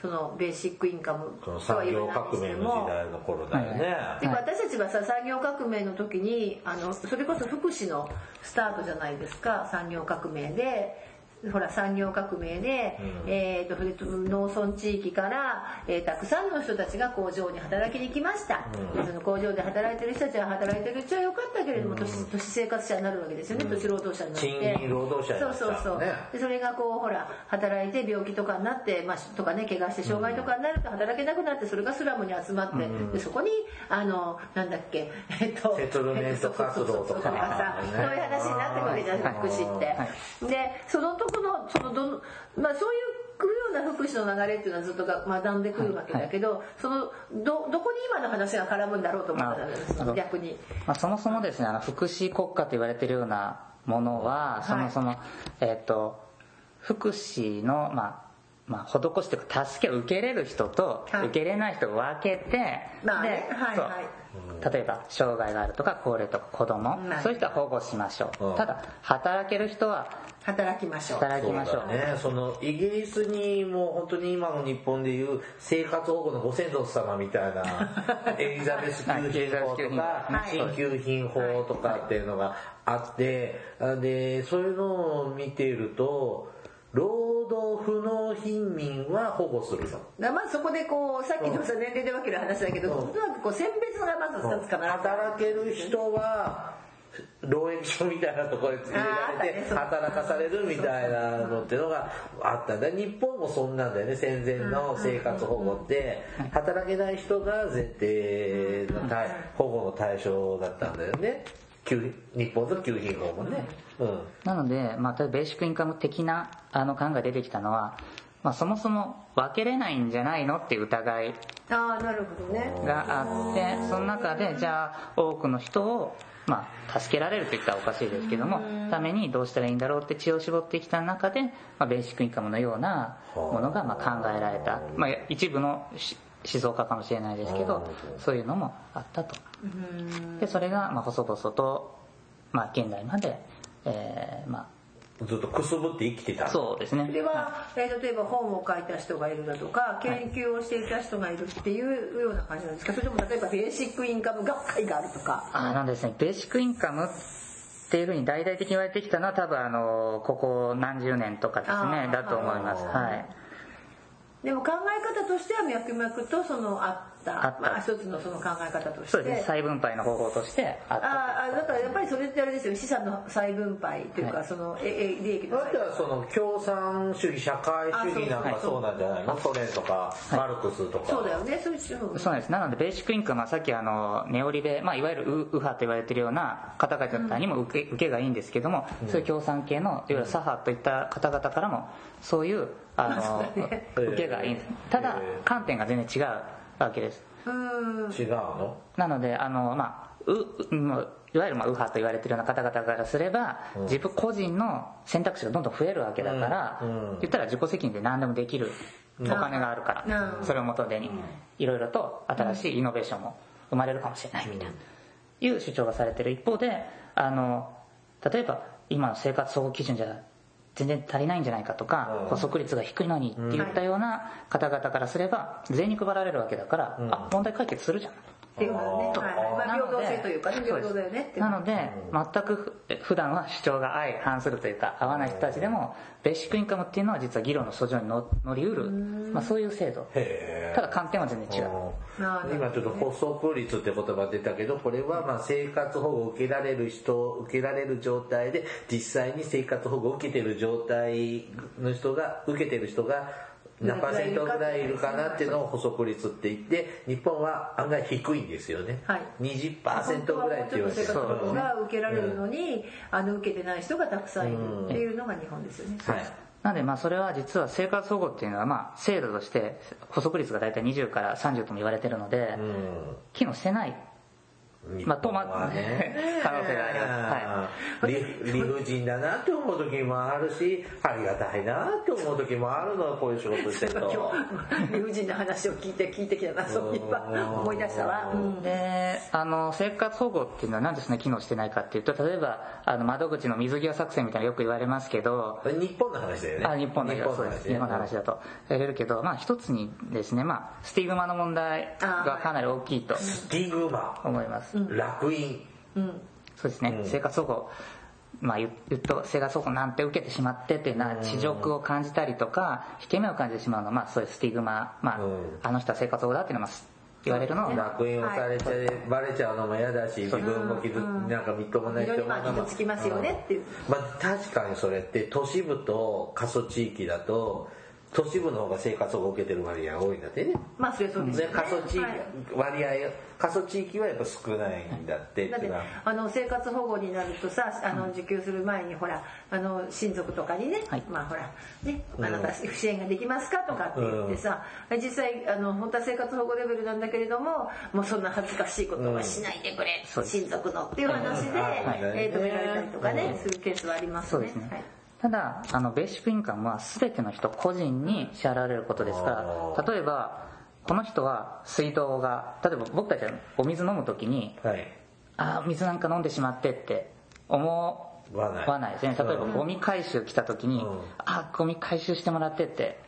Speaker 4: そのベーシックインカム
Speaker 5: その
Speaker 4: とは
Speaker 5: 産
Speaker 4: 言
Speaker 5: 業
Speaker 4: えないん
Speaker 5: 革
Speaker 4: ですけ
Speaker 5: 命
Speaker 4: ど
Speaker 5: の時
Speaker 4: も。
Speaker 5: 代の頃だよね、
Speaker 4: で私たちはさ産業革命の時にあのそれこそ福祉のスタートじゃないですか産業革命でほら産業革命で、えー、と農村地域から、えーたくさんの人たちが工場に働きに来ました、その工場で働いてる人たちは働いてるうちは良かったけれども、都市都市生活者になるわけですよね、都市労働者になって
Speaker 5: 賃金労働者になっち
Speaker 4: そ
Speaker 5: ゃう
Speaker 4: う
Speaker 5: ね
Speaker 4: そうそうでそれがこうほら働いて病気とかになって、まあ、しとかね怪我して障害とかになると働けなくなってそれがスラムに集まって、でそこにあのなんだっけ [LAUGHS] えっと
Speaker 5: セトルメント活動と
Speaker 4: そうそうそうそ
Speaker 5: か
Speaker 4: うさ
Speaker 5: ね
Speaker 4: そういう話になってくわけじゃない福祉って。でそのとこのそのどの、まあ、そういうような福祉の流れっていうのはずっとが学んでくるわけだけど、そのどどこに今の話が絡むんだろうと思ったんです
Speaker 3: なるほど
Speaker 4: 逆に。
Speaker 3: まあ、そもそもですねあの福祉国家と言われてるようなものはそもそも、えーっと福祉の、まあまあ、施しというか助けを受けれる人と
Speaker 4: はい
Speaker 3: 受けれない人を分けて、
Speaker 4: まあね
Speaker 3: で
Speaker 4: はい
Speaker 3: そう
Speaker 4: はい
Speaker 3: 例えば障害があるとか高齢とか子供、
Speaker 4: はい
Speaker 3: そういう人は保護しましょう、
Speaker 5: うん
Speaker 3: ただ働ける人は
Speaker 4: 働きましょう。
Speaker 3: 働きましょう
Speaker 5: そうだねそのイギリスにもう本当に今の日本でいう生活保護のご先祖様みたいなエリザベス
Speaker 3: はいエ
Speaker 5: 給
Speaker 3: リザ
Speaker 5: 品
Speaker 3: ベ
Speaker 5: 法
Speaker 3: ス給品
Speaker 5: とか
Speaker 4: はい
Speaker 5: 新給品法とかっていうのがあってでそういうのを見ていると労働不能貧民は保護するの。
Speaker 4: だからまずそこでこうさっきのさ年齢で分ける話だけど
Speaker 5: うん
Speaker 4: とにかくこう選別がまず2つかな
Speaker 5: 働ける人は労役所みたいなところに連れられて
Speaker 4: あーあったね
Speaker 5: 働かされるみたいなのってのがあったんだ日本もそんなんだよね戦前の生活保護って働けない人が前提の対保護の対象だったんだよね給日本の給品法もねうん
Speaker 3: なので、まあ、例えばベーシックインカム的なあの考えが出てきたのは、まあ、そもそも分けれないんじゃないのっていう疑い
Speaker 4: ああなるほどね
Speaker 3: があってその中でじゃあ多くの人を、まあ、助けられるといったらおかしいですけどもためにどうしたらいいんだろうって知恵を絞ってきた中で、まあ、ベーシックインカムのようなものがまあ考えられた、まあ、一部のし思想家かもしれないですけどそういうのもあったとでそれがまあ細々と、まあ、現代まで、えーま
Speaker 5: ずっとくすぶって生きてた
Speaker 3: あ、そうですね
Speaker 4: それは、えー例えば本を書いた人がいるだとか研究をしていた人がいるっていうような感じなんですかそれとも例えばベーシックインカム学会があるとか
Speaker 3: あなんですね、ベーシックインカムっていうふうに大々的に言われてきたのは多分あの、ここ何十年とかです
Speaker 4: あ
Speaker 3: ね
Speaker 4: ー、
Speaker 3: だと思います。はい。
Speaker 4: でも考え方としては脈々とそのあった
Speaker 3: あった
Speaker 4: まあ、一つのその考え方として
Speaker 3: そうですね、再分配の方法としてあった。
Speaker 4: あーあーだからやっぱりそれってあれですよ資産の再分配というか、
Speaker 3: は
Speaker 4: そのええ利益の
Speaker 5: あ
Speaker 4: 再
Speaker 5: と
Speaker 4: 分
Speaker 5: はその共産主義社会主義なん
Speaker 4: あ
Speaker 5: か
Speaker 4: そう
Speaker 5: そうなんじゃないのソ連とかマルクスとか
Speaker 4: 配そうだよねそういうそう
Speaker 3: そうなんです。なので、ベーシックインカムはさっきあの、ネオリベ、まあ、いわゆる右右派と言われてるような方々にも受け,、受けがいいんですけども、そういう共産系の、いわゆる左派といった方々からも、そういう、あの、受けがいいんです。ただ
Speaker 5: えー、
Speaker 3: 観点が全然違うわけです。
Speaker 4: うん
Speaker 5: 違うの
Speaker 3: なのであの、まあ、ううもういわゆるまあ右派と言われてるような方々からすれば、自分個人の選択肢がどんどん増えるわけだから、
Speaker 5: うんうん
Speaker 3: 言ったら自己責任で何でもできる、お金があるから、
Speaker 4: うん
Speaker 3: それを元手に、いろいろと新しいイノベーションも生まれるかもしれないみたいな、いう主張がされてる一方であの例えば今の生活総合基準じゃ全然足りないんじゃないかとか、
Speaker 5: うん
Speaker 3: こう即率が低いのにって言ったような方々からすれば全員に配られるわけだから、あ問題解決するじゃん
Speaker 4: っていうのはね、
Speaker 5: あー
Speaker 4: はいはいまあ、
Speaker 3: な
Speaker 4: 平
Speaker 3: ので
Speaker 4: 等性というかね平等だよねっていう
Speaker 3: なので全くふ普段は主張が相反するというか合わない人たちでもベーシックインカムっていうのは実は議論の訴状にの乗りうる、まあ、そういう制度
Speaker 5: へえ
Speaker 3: ただ観点は全然違う
Speaker 4: なるほど
Speaker 5: 今ちょっと補足率って言葉出たけどこれはまあ生活保護を受けられる人受けられる状態で実際に生活保護を受けてる状態の人が受けてる人が何パーセントぐらいいるかなっていうのを補足率って言って日本は案外低いんですよね、
Speaker 4: はい本当はもうちょっと生活保
Speaker 5: 20%ぐらいって言われてる
Speaker 4: 護
Speaker 5: は
Speaker 4: が受けられるのに、あの受けてない人がたくさんいるっていうのが日本ですよね、
Speaker 5: い
Speaker 3: なのでまあそれは実は生活保護っていうのはまあ制度として補足率が大体20から30とも言われてるので、機能してない、
Speaker 5: うん
Speaker 3: まあ、とま
Speaker 5: 日本は [LAUGHS] ね
Speaker 3: 可能性があります、はい
Speaker 5: 理理不尽だなって思う時もあるしありがたいなって思う時もあるのこういう仕事してると
Speaker 4: [LAUGHS] 今日理不尽な話を聞いて聞いてきたなそういえば思い出したわ、うん
Speaker 3: であの生活保護っていうのはなんでそんな機能してないかっていうと例えばあの窓口の水際作戦みたいなのよく言われますけど
Speaker 5: 日本の話だよね
Speaker 3: あ日本の話だそうです日本の話だとやれるけど、まあ、一つにですね、まあ、スティグマの問題がかなり大きいと
Speaker 5: スティグマ
Speaker 3: 思います、
Speaker 5: 楽印
Speaker 4: うん
Speaker 3: そうですね、生活保護まあ、言言っと生活保護なんて受けてしまってっていうのは恥辱を感じたりとか引け目を感じてしまうのは、まあ、そういうスティグマ、まあ
Speaker 5: うん、
Speaker 3: あの人は生活保護だっていうのはまあ言われるのは、まあ
Speaker 5: 烙印をされてバレちゃうのも嫌だし自分も傷なんかみっともない
Speaker 4: いろいろまあ
Speaker 5: 人も
Speaker 4: 傷つきますよねっていう
Speaker 5: まあ、確かにそれって都市部と過疎地域だと都市部の方が生活を受けてる割合が多いんだってね
Speaker 4: まあそれはそうですよ
Speaker 5: で
Speaker 4: ね
Speaker 5: 過疎地域
Speaker 4: はい
Speaker 5: 割合過疎地域はやっぱ少ないんだってって
Speaker 4: だっ
Speaker 5: い
Speaker 4: て
Speaker 5: うのは
Speaker 4: あの生活保護になるとさあの受給する前にほらあの親族とかにね、
Speaker 3: はい
Speaker 4: まあほらねあなた支援ができますかとかって言ってさ、実際あの本当は生活保護レベルなんだけれどももうそんな恥ずかしいことはしないでくれ、
Speaker 3: そうです
Speaker 4: 親族のっていう話で、
Speaker 5: うんはい
Speaker 4: えー止められたりとかね、
Speaker 5: うん
Speaker 4: するケースはあります
Speaker 3: そう
Speaker 4: ね
Speaker 3: ですね、
Speaker 4: はい
Speaker 3: ただあのベーシックインカムは全ての人個人に支払われることですか
Speaker 5: あー
Speaker 3: ら例えばこの人は水道が例えば僕たちはお水飲む時に
Speaker 5: はい
Speaker 3: あー水なんか飲んでしまってって思
Speaker 5: わない
Speaker 3: わないですね例えば
Speaker 5: うん
Speaker 3: ゴミ回収来た時に、
Speaker 5: うん
Speaker 3: あーゴミ回収してもらってって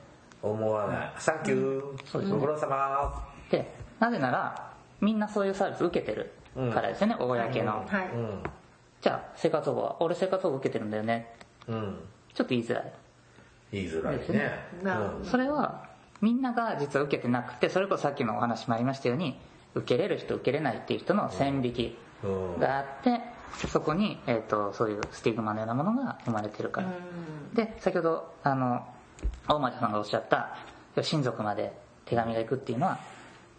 Speaker 5: 思わない「サンキュー、
Speaker 3: そうですね
Speaker 5: ご苦労様
Speaker 3: でなぜならみんなそういうサービス受けてるからですよね、公の、
Speaker 4: はい
Speaker 5: うん
Speaker 3: じゃあ生活保護は俺生活保護受けてるんだよね
Speaker 5: うん
Speaker 3: ちょっと言いづらい
Speaker 5: 言いづらい
Speaker 3: です
Speaker 5: ね
Speaker 3: ね
Speaker 4: な
Speaker 5: うん
Speaker 3: それはみんなが実は受けてなくてそれこそさっきのお話もありましたように受けれる人受けれないっていう人の線引き
Speaker 5: うん
Speaker 3: があってそこに、えー、とそういうスティグマのようなものが生まれてるからで先ほどあの青町さんがおっしゃった親族まで手紙が行くっていうのは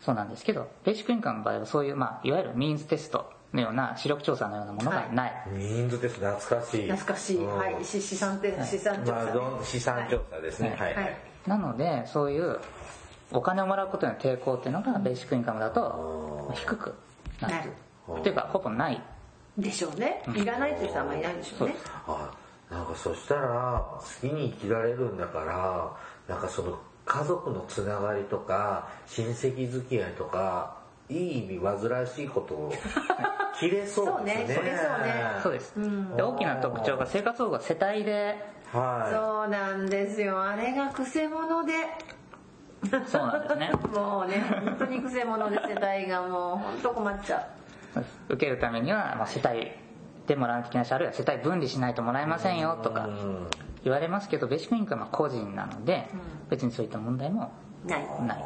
Speaker 3: そうなんですけどベーシックインカムの場合はそういう、まあ、いわゆるミーンズテストのような視力調査のようなものがない、
Speaker 5: 民族です懐かしい
Speaker 4: 懐かしい、
Speaker 5: うん
Speaker 4: はい、し資産点、資産調査、
Speaker 5: まあどん資産調査ですね
Speaker 3: はい
Speaker 5: はいは
Speaker 4: はいい
Speaker 3: なのでそういうお金をもらうことへの抵抗っていうのがベーシックインカムだと低くなってる
Speaker 5: はい
Speaker 3: っていうかほぼない
Speaker 4: でしょうねいらないって人はあんまりいないでしょうね
Speaker 5: あなんかそしたら好きに生きられるんだからなんかその家族のつながりとか親戚付き合いとかいい意味煩わしいこと
Speaker 4: [LAUGHS]
Speaker 5: を切れそうですね
Speaker 4: そうね切れそうね
Speaker 3: そうです、
Speaker 4: ん
Speaker 3: で大きな特徴が生活保護は世帯で
Speaker 5: は
Speaker 4: そうなんですよあれがくせ者で
Speaker 3: そうなんですね
Speaker 4: もうね本当にくせ者で世帯がもう本当困っちゃ
Speaker 3: 受けるためには、まあ、世帯でもらう的なしあるいは世帯分離しないともらえませんよと
Speaker 5: い、う
Speaker 3: か
Speaker 5: ん、
Speaker 3: 言われますけどベーシックインカムは個人なので別にそういった問題も
Speaker 4: うない
Speaker 3: ない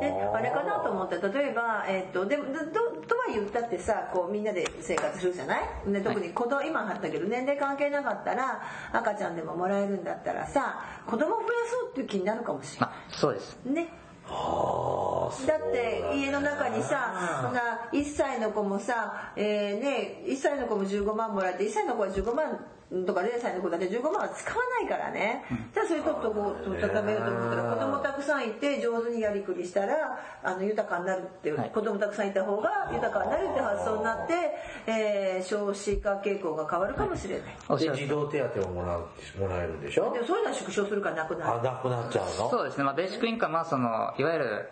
Speaker 4: であれかなと思って例えば、えっとでもどどとは言ったってさこうみんなで生活するじゃない、ね、特に子供、今あったけど年齢関係なかったら赤ちゃんでももらえるんだったらさ子供増やそうっていう気になるかもしれ
Speaker 3: ま
Speaker 4: な
Speaker 3: あそうです
Speaker 4: いね
Speaker 5: あー
Speaker 4: だって
Speaker 5: そうね
Speaker 4: 家の中にさそんな1歳の子もさ、えーね、1歳の子も15万もらって1歳の子は15万とか0歳の子だって15万は使わないからね、じゃあそれとっとこうと畳めると思ったら子供たくさんいて上手にやりくりしたらあの豊かになるっていう、
Speaker 3: はい
Speaker 4: 子供たくさんいた方が豊かになるって発想になって、えー少子化傾向が変わるかもしれない、
Speaker 3: おっし
Speaker 5: で
Speaker 3: ゃる
Speaker 5: 児童手当をもらうもらえるんでしょ
Speaker 4: でもそういうのは縮小するからなくな
Speaker 5: あ
Speaker 4: る
Speaker 5: なくなっちゃうの
Speaker 3: そうですね、まあ、ベーシックインカムはそのいわゆる、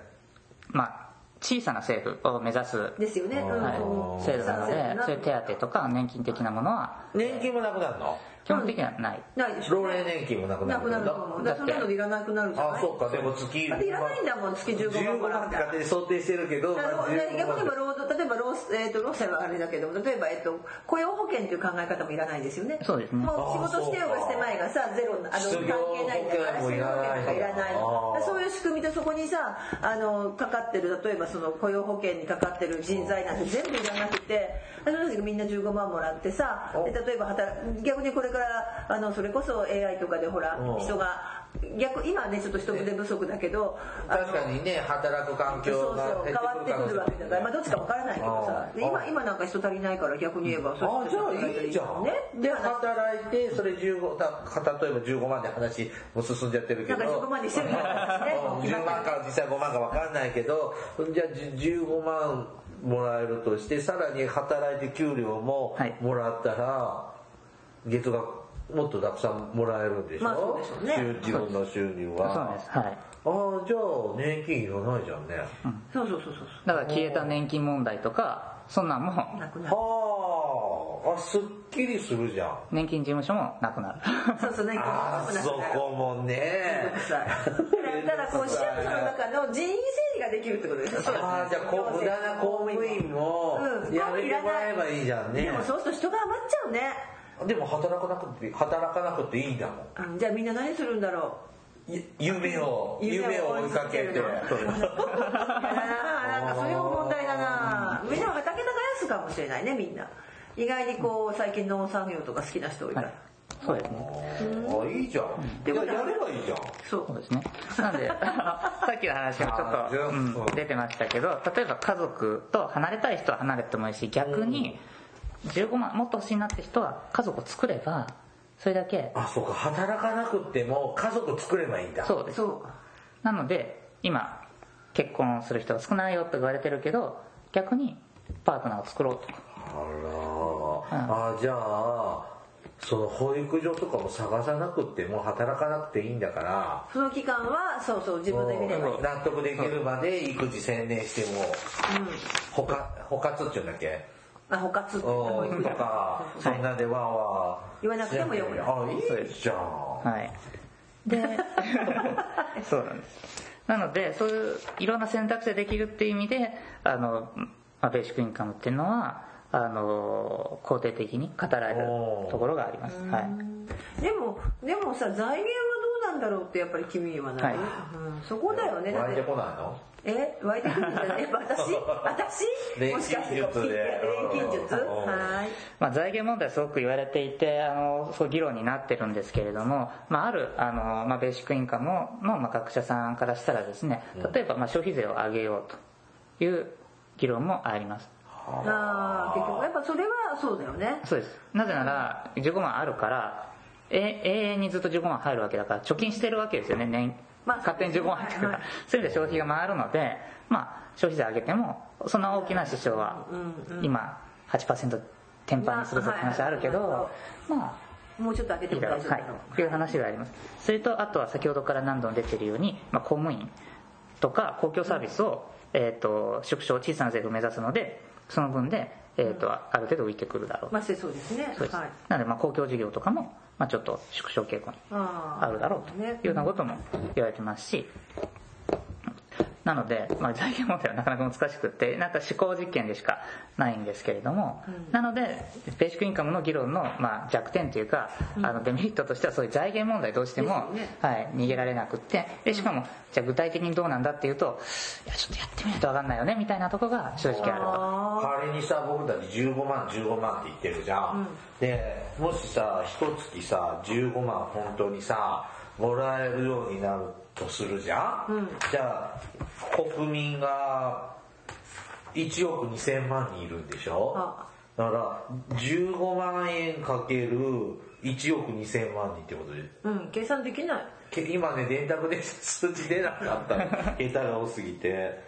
Speaker 3: まあ、小さな政府を目指す、は
Speaker 4: ですよね、うん
Speaker 3: い、制度なのでそういう手当とか年金的なものは
Speaker 5: 年金もなくなるの
Speaker 3: 基本的にはない、
Speaker 4: ないでしょ
Speaker 5: 老齢年金もなくな
Speaker 4: なく
Speaker 5: る
Speaker 4: なると思うだからそんなのいらなくなるじゃない
Speaker 5: あそうかでも月
Speaker 4: だっていらないんだもん月15万
Speaker 5: 15
Speaker 4: もら
Speaker 5: 万
Speaker 4: っ
Speaker 5: って
Speaker 4: たら
Speaker 5: 勝手に想定してるけど、まあ
Speaker 4: あの
Speaker 5: 15
Speaker 4: 逆に言えば
Speaker 5: 万
Speaker 4: 労働例えば労,、えー、と労災はあれだけども例えば、えー、と雇用保険という考え方もいらないですよね
Speaker 3: そうですね
Speaker 4: もう仕事してようがしてまいがさゼロあの
Speaker 5: 失
Speaker 4: 関
Speaker 5: 業
Speaker 4: 係ないんだから
Speaker 5: 保険もいらな
Speaker 4: 失業保険
Speaker 5: い
Speaker 4: とかいらない
Speaker 5: あー
Speaker 4: そういう仕組みとそこにさあのかかってる例えばその雇用保険にかかってる人材なんて全部いらなくてあの人たちがみんな15万もらってさで例えば働逆にこれからあのそれこそ AI とかでほら
Speaker 5: うん
Speaker 4: 人が逆今はねちょっと人手不足だけどあの
Speaker 5: 確かにね働く環
Speaker 4: そ
Speaker 5: 境
Speaker 4: うそ
Speaker 5: が
Speaker 4: う変わってくるわけだから、まあ、どっちかわからないけどさ
Speaker 5: あー
Speaker 4: で今今なんか人足りないから逆に言えば
Speaker 5: あ
Speaker 4: う
Speaker 5: じゃあいいじゃん、
Speaker 4: ねで
Speaker 5: で
Speaker 4: はなく
Speaker 5: 働いてそれ15た例えば15万で話も進んじゃってるけど
Speaker 4: なんか15万に
Speaker 5: [LAUGHS]
Speaker 4: してるみたいなね
Speaker 5: うん10万か実際5万か分かんないけどじゃあじ15万もらえるとしてさらに働いて給料も
Speaker 3: はい
Speaker 5: もらったら月額もっとたくさんもらえるんでしょ、
Speaker 4: まあそうでしょうね
Speaker 5: 収自分の収入
Speaker 3: そうなん
Speaker 5: は
Speaker 3: です、はい、
Speaker 5: ああじゃあ年金いらないじゃんね、
Speaker 4: そうそうそうそう
Speaker 3: だから消えた年金問題とかそんなんも
Speaker 4: そうなくなる
Speaker 5: はああすっきりするじゃん
Speaker 3: 年金事務所もなくなる
Speaker 4: そうそうね
Speaker 5: あ
Speaker 4: なく
Speaker 5: そ
Speaker 4: なる [LAUGHS]
Speaker 5: こもね
Speaker 4: さだからこう市役所の中の人員整理ができるってことですよ
Speaker 5: ああじゃあこう無駄な公務員も
Speaker 4: うん
Speaker 5: やめてもらえばいいじゃんね、
Speaker 4: でもそうすると人が余っちゃうね
Speaker 5: あでも働かなくて働かなくていいんだもん
Speaker 4: あじゃあみんな何するんだろ
Speaker 5: [LAUGHS] ゆ夢を
Speaker 4: う
Speaker 5: 夢を追いかけて
Speaker 4: やだななんかそれも問題だなみんな畑耕すかもしれないねみんな意外にこう最近農産業とか好きな人多いか
Speaker 3: は
Speaker 4: ら、
Speaker 3: い、そうですね
Speaker 5: あいいじゃん
Speaker 4: で
Speaker 5: だ
Speaker 4: も
Speaker 5: からやればいいじゃん
Speaker 4: そう
Speaker 3: そうですね。なん
Speaker 5: [LAUGHS]
Speaker 3: で、あのさっきの話もちょ
Speaker 5: あーじゃあ
Speaker 3: っと、
Speaker 5: そう
Speaker 3: うん出てましたけど、例えば家族と離れたい人は離れてもいいし、逆に、15万、もっと欲しいなって人は家族を作れば、それだけ、
Speaker 5: あそうか働かなくても家族作ればいいんだ
Speaker 3: そうです。
Speaker 4: そう
Speaker 3: なので、今、結婚する人が少ないよって言われてるけど、逆に、パートナーを作ろうとか。
Speaker 5: あらーあじゃあその保育所とかも探さなくても働かなくていいんだから
Speaker 4: その期間はそうそう自分で見ればいい、
Speaker 5: もう納得できるまで育児専念してもほかほかつっちゅうんだっけ
Speaker 4: あ補活って保
Speaker 5: う
Speaker 4: 育
Speaker 5: んと
Speaker 4: 所
Speaker 5: かそんなでわーわー
Speaker 4: 言わなくてもよくなる
Speaker 5: あいいじゃん
Speaker 3: はい。で、 [LAUGHS] そうなんです。なので、そういういろんな選択肢ができるっていう意味で、あの、まあ、ベーシックインカムっていうのは、あの、肯定的に語られる
Speaker 5: おー
Speaker 3: ところがあります。はい。
Speaker 4: でもでもさ財源はどうなんだろうってやっぱり君はない、
Speaker 3: は
Speaker 4: うん、そこだよねだっ
Speaker 5: 湧いて
Speaker 4: て
Speaker 5: こないの
Speaker 4: え湧いてくるんじゃない私私
Speaker 5: 錬
Speaker 4: もしかして
Speaker 5: 金術で
Speaker 4: 錬金術
Speaker 5: うん
Speaker 4: はーい
Speaker 3: まあ、財源問題はすごく言われていてあのそう議論になってるんですけれども、まあ、あるあの、まあ、ベーシックインカムの、まあ、学者さんからしたらですね例えば、まあ、消費税を上げようという議論もあります
Speaker 4: ああ結局やっぱそれはそうだよね
Speaker 3: そうですなぜなら15万あるからえ永遠にずっと15万入るわけだから貯金してるわけですよね年、
Speaker 4: まあ
Speaker 3: 勝手に15万入ってくるから、
Speaker 4: はい
Speaker 3: そういう意味で消費が回るので、まあ、消費税上げてもそんな大きな支障は今8%転売にするぞって話あるけ
Speaker 4: まあは
Speaker 3: ど
Speaker 4: い、
Speaker 3: まあ、
Speaker 4: もうちょっと開けても大丈夫
Speaker 3: は
Speaker 4: だ
Speaker 3: い
Speaker 4: ろう、、
Speaker 3: という話がありますそれとあとは先ほどから何度も出ているように、まあ、公務員とか公共サービスを、えー、と縮小小さな税額を目指すのでその分で、えー、とある程度浮いてくるだろう、
Speaker 4: まあそうですね
Speaker 3: そうです
Speaker 4: はい
Speaker 3: なのでまあ公共事業とかも、まあ、ちょっと縮小傾向に
Speaker 4: あー
Speaker 3: あるだろうとい
Speaker 4: ね
Speaker 3: うようなことも言われてますしなので、まあ、財源問題は [LAUGHS] なかなか難しくってなんか思考実験でしかないんですけれども、なのでベーシックインカムの議論の、まあ、弱点というか、あのデメリットとしてはそういう財源問題どうしても、
Speaker 4: ですよね
Speaker 3: はい、逃げられなくってでしかもじゃあ具体的にどうなんだっていうといやちょっとやってみないと分かんないよねみたいなとこが正直あると。
Speaker 5: 代わりにさ僕たち15万15万って言ってるじゃん、でもしさ一月さ15万本当にさもらえるようになるとするじゃん、じゃあ国民が1億2000万人いるんでしょ
Speaker 4: あ
Speaker 5: だから15万円かける1億2000万人ってことで
Speaker 4: うん計算できない
Speaker 5: け今ね電卓で数字出なかった [LAUGHS] の桁が多すぎて、で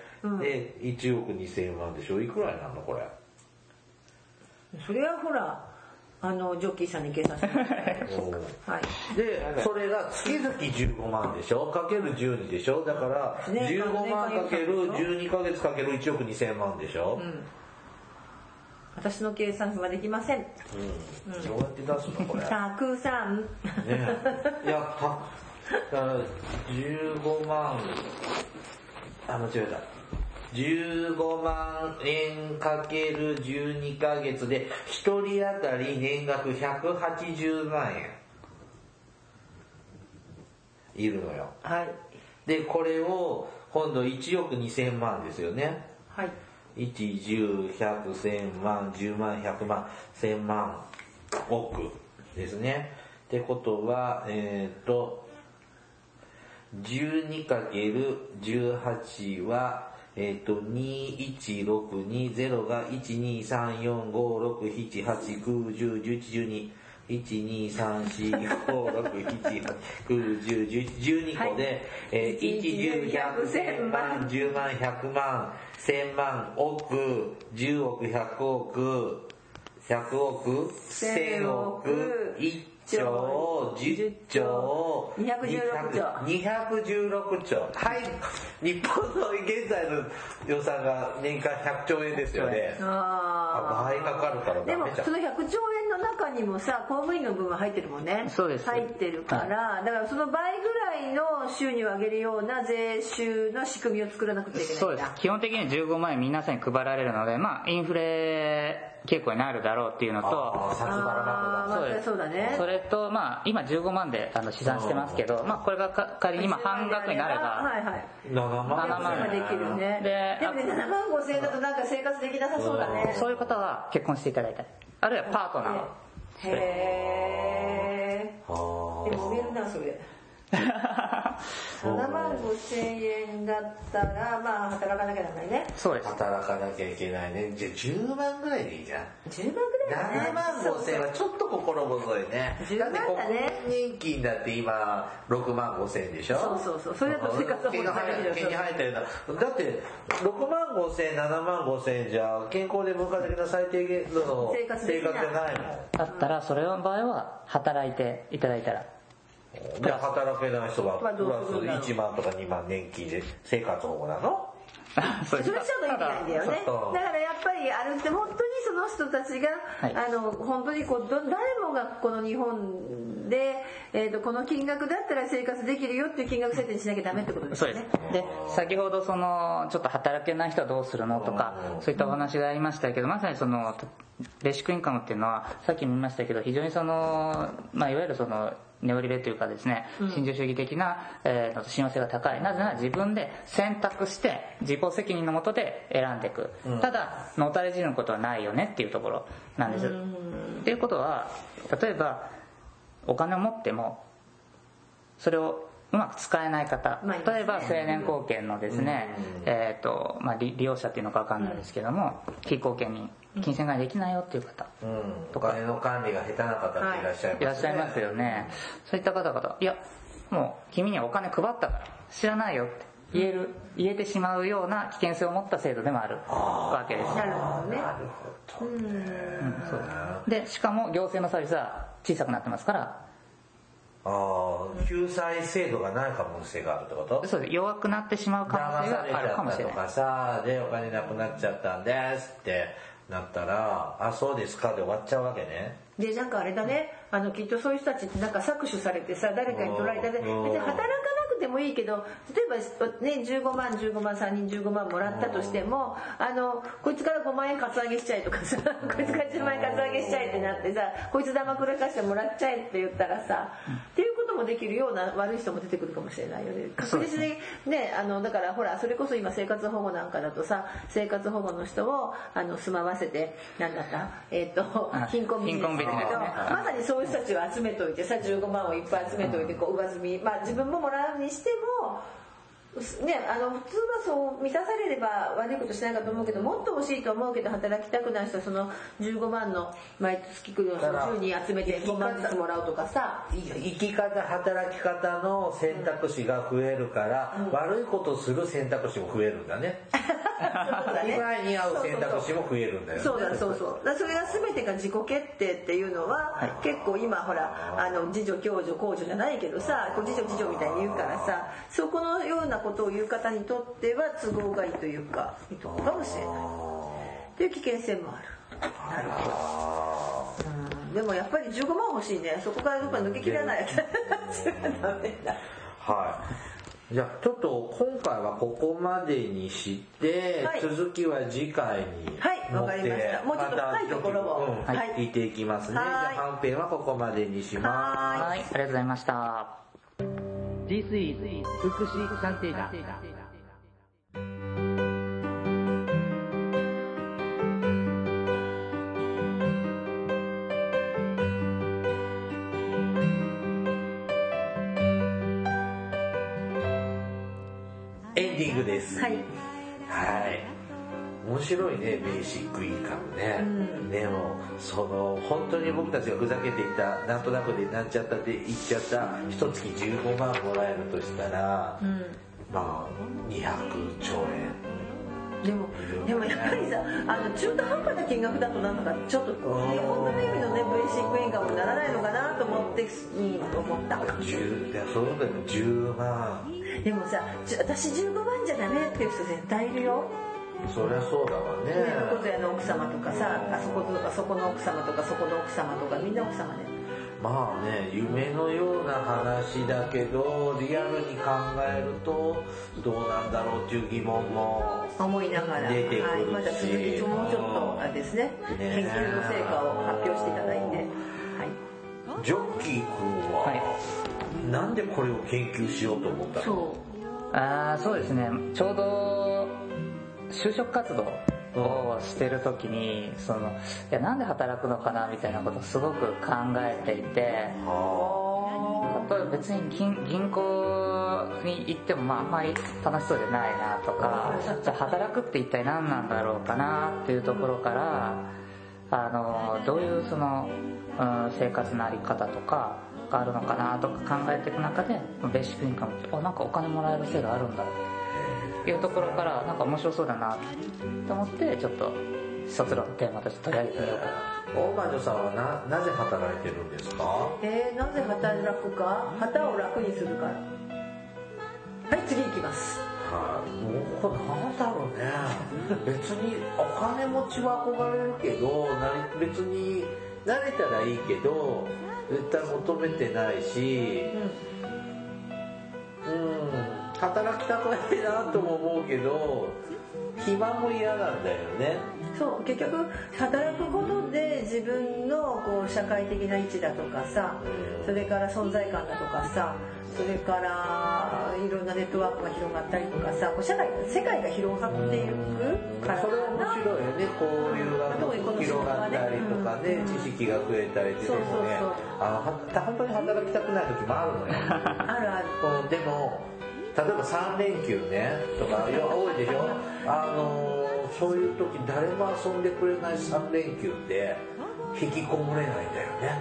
Speaker 5: 1億2000万でしょいくらになるのこれ
Speaker 4: それはほらあのジョッキーさんに計算してもらってはい
Speaker 5: でそれが月々15万でしょかける12でしょだから
Speaker 4: ね
Speaker 5: 15万かける
Speaker 4: 年間
Speaker 5: 12ヶ月かける1億2000万でしょ、
Speaker 4: 私の計算はできません
Speaker 5: どうやって出すのこれね
Speaker 4: たくさん
Speaker 5: いやただから15万あ間違えた15万円かける12ヶ月で1人当たり年額180万円いるのよ
Speaker 4: はい
Speaker 5: でこれを今度1億2000万ですよね
Speaker 4: はい
Speaker 5: 110100100万10万100万1000万億ですねってことはえっ、と 12×18 はえっ、と21620が123456789101112 123456789101112個で、えー、1 1 0 1 0 0 0万10万100万1000万億10億100億100億1000
Speaker 4: 1000
Speaker 5: 億
Speaker 4: 億
Speaker 5: 1兆10兆
Speaker 4: 216兆
Speaker 5: 216兆はい日本の現在の予算が年間100兆円ですよね
Speaker 4: あ
Speaker 5: 倍かかるから
Speaker 4: ーで
Speaker 5: ダ
Speaker 4: も
Speaker 5: メじゃん
Speaker 4: その100兆円円の中にもさ公務員の分は入ってるもんね
Speaker 3: そうです
Speaker 4: 入ってるから、だからその倍ぐらいの収入を上げるような税収の仕組みを作らなくてはいけないんだ
Speaker 3: そうです基本的に15万円皆さんに配られるので、まあ、インフレ傾向になるだろうっていうの
Speaker 5: ああ
Speaker 3: と
Speaker 5: 札
Speaker 4: あ
Speaker 5: ばら
Speaker 4: ーまあ
Speaker 5: なん
Speaker 4: そ
Speaker 5: だ
Speaker 4: りゃそうだね
Speaker 3: それと、まあ、今15万であの試算してますけど、まあ、これがか仮に今半額になれば
Speaker 4: はいはい
Speaker 5: 7万
Speaker 3: 7万
Speaker 4: ができるね
Speaker 3: で
Speaker 4: でもね7万5千円だとなんか生活できなさそうだね
Speaker 3: そういう方は結婚していただいたりあるいはパートナー
Speaker 4: へえ
Speaker 5: あー
Speaker 4: でも見るなそれ7万5千円だったらまあ働かなきゃならないね
Speaker 3: [LAUGHS] そうです
Speaker 5: 働かなきゃいけないねじゃあ10万ぐらいでいいじゃん
Speaker 4: 10万ぐらいだね
Speaker 5: 7万5千はちょっと心細いね
Speaker 4: 10
Speaker 5: だっ
Speaker 4: 万
Speaker 5: て国
Speaker 4: だね
Speaker 5: 民年金だって今6万5千でしょ
Speaker 4: そうそうそうそれだと生活保護
Speaker 5: 毛
Speaker 4: にな
Speaker 5: が
Speaker 4: らない
Speaker 5: 生
Speaker 4: じゃ
Speaker 5: え
Speaker 4: ん
Speaker 5: 毛に生えたようなだって6万5千7万5千じゃ健康で文化的な最低限度の
Speaker 4: 生活できない
Speaker 5: じゃないもん
Speaker 3: だったらそれの場合は働いていただいたら
Speaker 5: で働けない人はプ
Speaker 4: まあ
Speaker 5: ラス
Speaker 4: どうするんだろう
Speaker 5: 1万とか2万年金で生活保護なの
Speaker 3: [LAUGHS] そ
Speaker 4: それちょっと意味ないんだよね
Speaker 5: ただそう
Speaker 4: だからやっぱりあれって本当にその人たちが、
Speaker 3: はい
Speaker 4: あの本当にこうど誰もがこの日本で、えー、とこの金額だったら生活できるよっていう金額設定にしなきゃダメってことです
Speaker 3: そう
Speaker 4: よ
Speaker 3: です
Speaker 4: ね。
Speaker 3: で先ほどそのちょっと働けない人はどうするのとかそういったお話がありましたけどまさにそのベーシックインカムっていうのはさっきも言いましたけど非常にその、まあ、いわゆるそのネオリベというかですね新自由主義的な、えー信用性が高いなぜなら自分で選択して自己責任のもとで選んでいく、ただのたれ死ぬことはないよねっていうところなんです、っていうことは例えばお金を持ってもそれをうまく使えない方
Speaker 4: まあいますね
Speaker 3: 例えば青年貢献のですね、えーとまあ、利利用者っていうのかわかんないですけども、非貢献人金銭ができないよっていう方
Speaker 5: うんお金の管理が下手な方っていらっしゃいますね、
Speaker 3: いらっしゃいますよね、そういった方々いやもう君にはお金配ったから知らないよって言える言えてしまうような危険性を持った制度でもあるわけです
Speaker 4: なるほどね。
Speaker 3: うんそうでしかも行政のサービスは小さくなってますから
Speaker 5: ああ救済制度がない可能性があるってこと
Speaker 3: そうです弱くなってしまう可能
Speaker 5: 騙
Speaker 3: 性
Speaker 5: されち
Speaker 3: がある
Speaker 5: ゃ
Speaker 3: かも
Speaker 5: っ
Speaker 3: したれ
Speaker 5: と
Speaker 3: ない
Speaker 5: かさでお金なくなっちゃったんですってなったら「あそうですか」で終わっちゃうわけね
Speaker 4: でなんかあれだねあのきっとそういう人たちってなんか搾取されてさ誰かに取られたで別
Speaker 5: うん
Speaker 4: に働かなくてもいいけど例えば、ね、15万15万3人15万もらったとしてもあのこいつから5万円かつ上げしちゃえとかさこいつから10万円かつ上げしちゃえってなってさこいつ黙くらかしてもらっちゃえって言ったらさっていうこともできるような悪い人も出てくるかもしれないよね確実にねあのだからほらそれこそ今生活保護なんかだとさ生活保護の人をあの住まわせてなんだったえっ、と
Speaker 3: あ
Speaker 4: 貧困ビジネスだ
Speaker 3: 貧困ビ
Speaker 4: けど
Speaker 3: ジネスね
Speaker 4: まさにそういう人たちを集めといてさ15万をいっぱい集めといてこう上積みまあ自分ももらうにしてもね、あの普通はそう満たされれば悪いことしないかと思うけどもっと欲しいと思うけど働きたくない人はその15万の毎月来るのを10人集めて5万ずつもらうとかさ
Speaker 5: い生き方働き方の選択肢が増えるから、悪いことする選択肢も増えるんだね
Speaker 4: そうだね
Speaker 5: 被害に合う選択肢も増えるんだよね
Speaker 4: そうだそうそうだからそれが全てが自己決定っていうのは、結構今ほらあの自助共助公助じゃないけどさこう自助自助みたいに言うからさそこのようなことを言う方にとっては都合がいいというかいいとこかもしれないっていう危険性もあるなるほどうんでもやっぱり15万欲しいねそこからどっか抜けきらないそれは [LAUGHS] ダメだ
Speaker 5: はい。じゃあちょっと今回はここまでにして、
Speaker 4: はい
Speaker 5: 続きは次回に
Speaker 4: はい
Speaker 5: 持
Speaker 4: わかりましたもうちょっと深いところを
Speaker 5: また
Speaker 4: はい
Speaker 5: うん聞いていきますね、
Speaker 4: はい
Speaker 5: じゃあ本編はここまでにします
Speaker 4: はーい
Speaker 3: はいありがとうございました
Speaker 6: This is 福祉探偵団
Speaker 5: エンディングです
Speaker 4: はい
Speaker 5: はい面白いねベーシックインカムね、でもその本当に僕たちがふざけていたなんとなくでなんちゃったで言っちゃった一月15万もらえるとしたら、まあ200兆円
Speaker 4: でもでもやっぱりさあの中途半端な金額だとなんかちょっと日本の意味のねベーシックインカムにならないのかなと思って、うん、思った
Speaker 5: 10でその中でも10万
Speaker 4: でもさち私15万じゃダメっていう人絶対いるよ
Speaker 5: うそりゃそうだわね
Speaker 4: ね、横綱の奥様とかさあそこあそこの奥様とかそこの奥様とかみんな奥様ね
Speaker 5: まあね夢のような話だけどリアルに考えるとどうなんだろうっていう疑問も
Speaker 4: 思いながら、
Speaker 5: 出てくるし
Speaker 4: はい、まだ続きもうちょっとあれですね
Speaker 5: ね
Speaker 4: 研究の成果を発表していただいて、はい、
Speaker 5: ジョッキー君は、なんでこれを研究しようと思ったの
Speaker 4: そ
Speaker 3: あーそうですねちょうど就職活動をしてる時にそのいやなんで働くのかなみたいなことをすごく考えていて例えば別に銀銀行に行ってもまああんまり楽しそうじゃないなとかじゃあ働くって一体何なんだろうかなっていうところからあのどういうその、うん、生活のあり方とかがあるのかなとか考えていく中でベーシックインカムってあなんかお金もらえる制度あるんだっていうところからなんか面白そうだなと思ってちょっと卒論のテーマとして取り上げてみようかな
Speaker 5: 大魔女さんはななぜ働いてるんですか
Speaker 4: うえー、なぜ働くか旗を楽にするからはい次行きます
Speaker 5: はい、もうこれなんだろうね別にお金持ちは憧れるけどなり別に慣れたらいいけど絶対求めてないしうん働きたくないなとも思うけど暇も嫌なんだよね
Speaker 4: そう結局働くことで自分のこう社会的な位置だとかさそれから存在感だとかさそれからいろんなネットワークが広がったりとかさこう社会世界が広がっていくから
Speaker 5: それは面白いよね交流が
Speaker 4: 特にこの仕
Speaker 5: 広
Speaker 4: 事
Speaker 5: が
Speaker 4: は
Speaker 5: っ
Speaker 4: ね
Speaker 5: たりとかね、知識が増えたりっていうのもね
Speaker 4: そうそう
Speaker 5: あのは本当に働きたくない時もあるのよ
Speaker 4: あるある
Speaker 5: このでも例えば3連休ねとかいや多いでしょあのーそういう時誰も遊んでくれない3連休って引きこもれないんだよね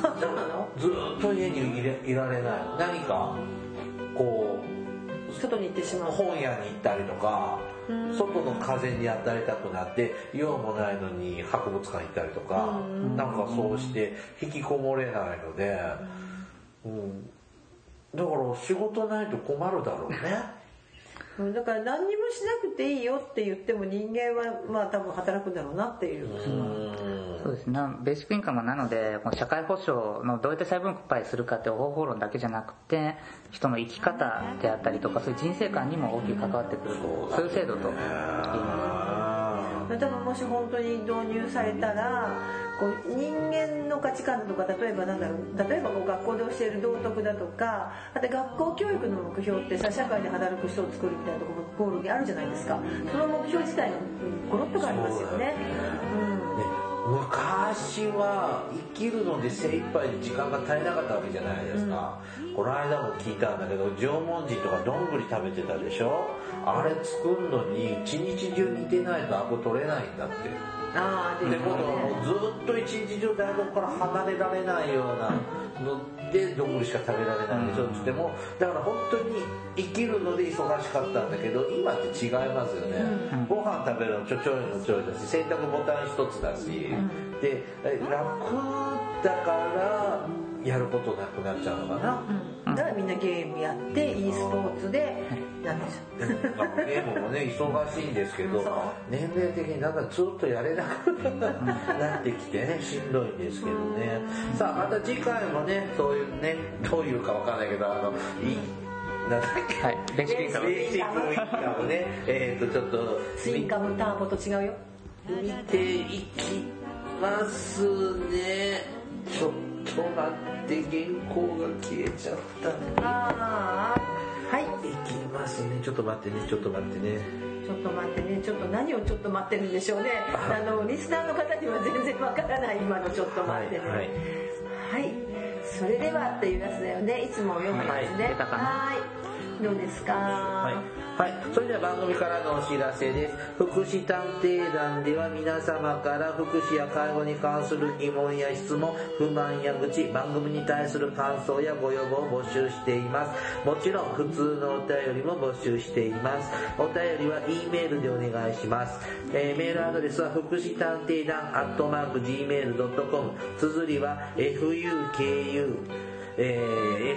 Speaker 4: そうなの
Speaker 5: ずーっと家にいれいられない何かこ
Speaker 4: 外に行ってし
Speaker 5: う
Speaker 4: まう
Speaker 5: 本屋に行ったりとか外の風に当たりたくなって用もないのに博物館行ったりとかなんかそうして引きこもれないので、うん、だから仕事ないと困るだろうね。
Speaker 4: うんだから何にもしなくていいよって言っても人間はまあ多分働くんだろうなっていう
Speaker 3: そうですね、ベーシックインカムはなので、この社会保障のどうやって再分配するかっていう方法論だけじゃなくて、人の生き方であったりとか、そういう人生観にも大きく関わってくる、そういう制度と言いま
Speaker 4: 多分もし本当に導入されたらこう人間の価値観とか例えばなんだろう例えばこう学校で教える道徳だとかあと学校教育の目標ってさ社会で働く人を作るみたいなところもゴールにあるじゃないですかその目標自体がうんゴロッと変わりますよね
Speaker 5: ね昔は生きるので精一杯時間が足りなかったわけじゃないですか、この間も聞いたんだけど縄文人とかどんぐり食べてたでしょあれ作るのに一日中煮てないとアゴ取れないんだって
Speaker 4: うんああ
Speaker 5: ってことはもうずっと一日中台所から離れられないようなのでどんぐりしか食べられないでしょっつってもだから本当に生きるので忙しかったんだけど今って違いますよね、ご飯食べるのちょちょいのちょいだし洗濯ボタン一つだし、で楽だからやることなくなっちゃうのかな、
Speaker 4: うんだからみんなゲームやって e スポーツでなんでしょう
Speaker 5: ゲームもね忙しいんですけど
Speaker 4: そう
Speaker 5: 年齢的になんかずっとやれなくなってきてねしんどいんですけどねさあまた次回もねそういうねどういうかわかんないけどあのいいなんだっけ
Speaker 3: す。はい、ベーシックインカム。
Speaker 5: ベーシックインカムねえっとちょっと
Speaker 4: スイカもターボと違うよ
Speaker 5: 見ていきますねちょっと待って原稿が消えちゃった
Speaker 4: ああはい
Speaker 5: いきますねちょっと待ってねちょっと待ってね
Speaker 4: ちょっと待ってね、ちょっと何をちょっと待ってるんでしょうね。あのリスナーの方には全然わからない今のちょっと待ってね。
Speaker 5: は
Speaker 4: はいい、それではっていうやつだよね。いつも読むやつね。
Speaker 3: はい出たかな
Speaker 4: はーい、どうですか。
Speaker 5: はい、はい、それでは番組からのお知らせです福祉探偵団では皆様から福祉や介護に関する疑問や質問不満や愚痴番組に対する感想やご要望を募集していますもちろん普通のお便りも募集していますお便りは E メールでお願いします、えーメールアドレスは福祉探偵団 Gmail.com 綴りは fuku えー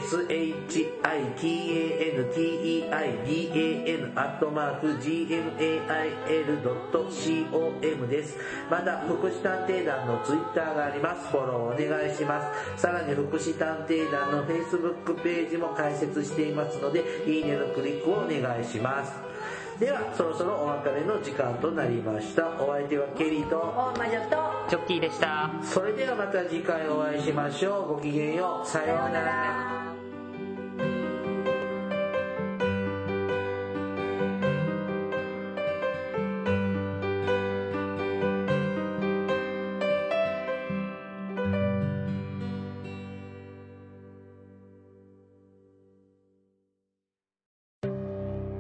Speaker 5: shikanteidan アットマーク gmail.com です。まだ福祉探偵団のツイッターがあります。フォローお願いします。さらに福祉探偵団の Facebook ページも開設していますので、いいねのクリックをお願いします。では、そろそろお別れの時間となりました。お相手はケリーと、
Speaker 4: 大魔女と
Speaker 3: ジョッキーでした
Speaker 5: それではまた次回お会いしましょう。ごきげんよう。さようなら。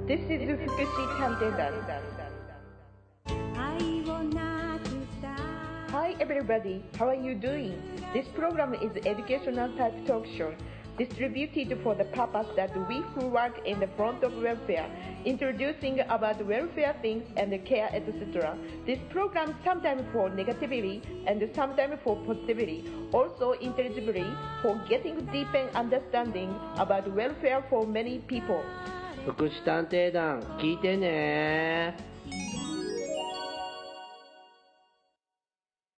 Speaker 7: This is Fukushi Kandendan.
Speaker 8: 愛をなくさ
Speaker 7: Hi everybody, how are you doing? This program is educational type talk show distributed for the purpose that we who work in the front of welfare, introducing about welfare things and care, etc. This program sometimes for negativity and sometimes for positivity, also intelligibly for getting deeper understanding about welfare for many people.
Speaker 6: 福祉探偵団聞いてねー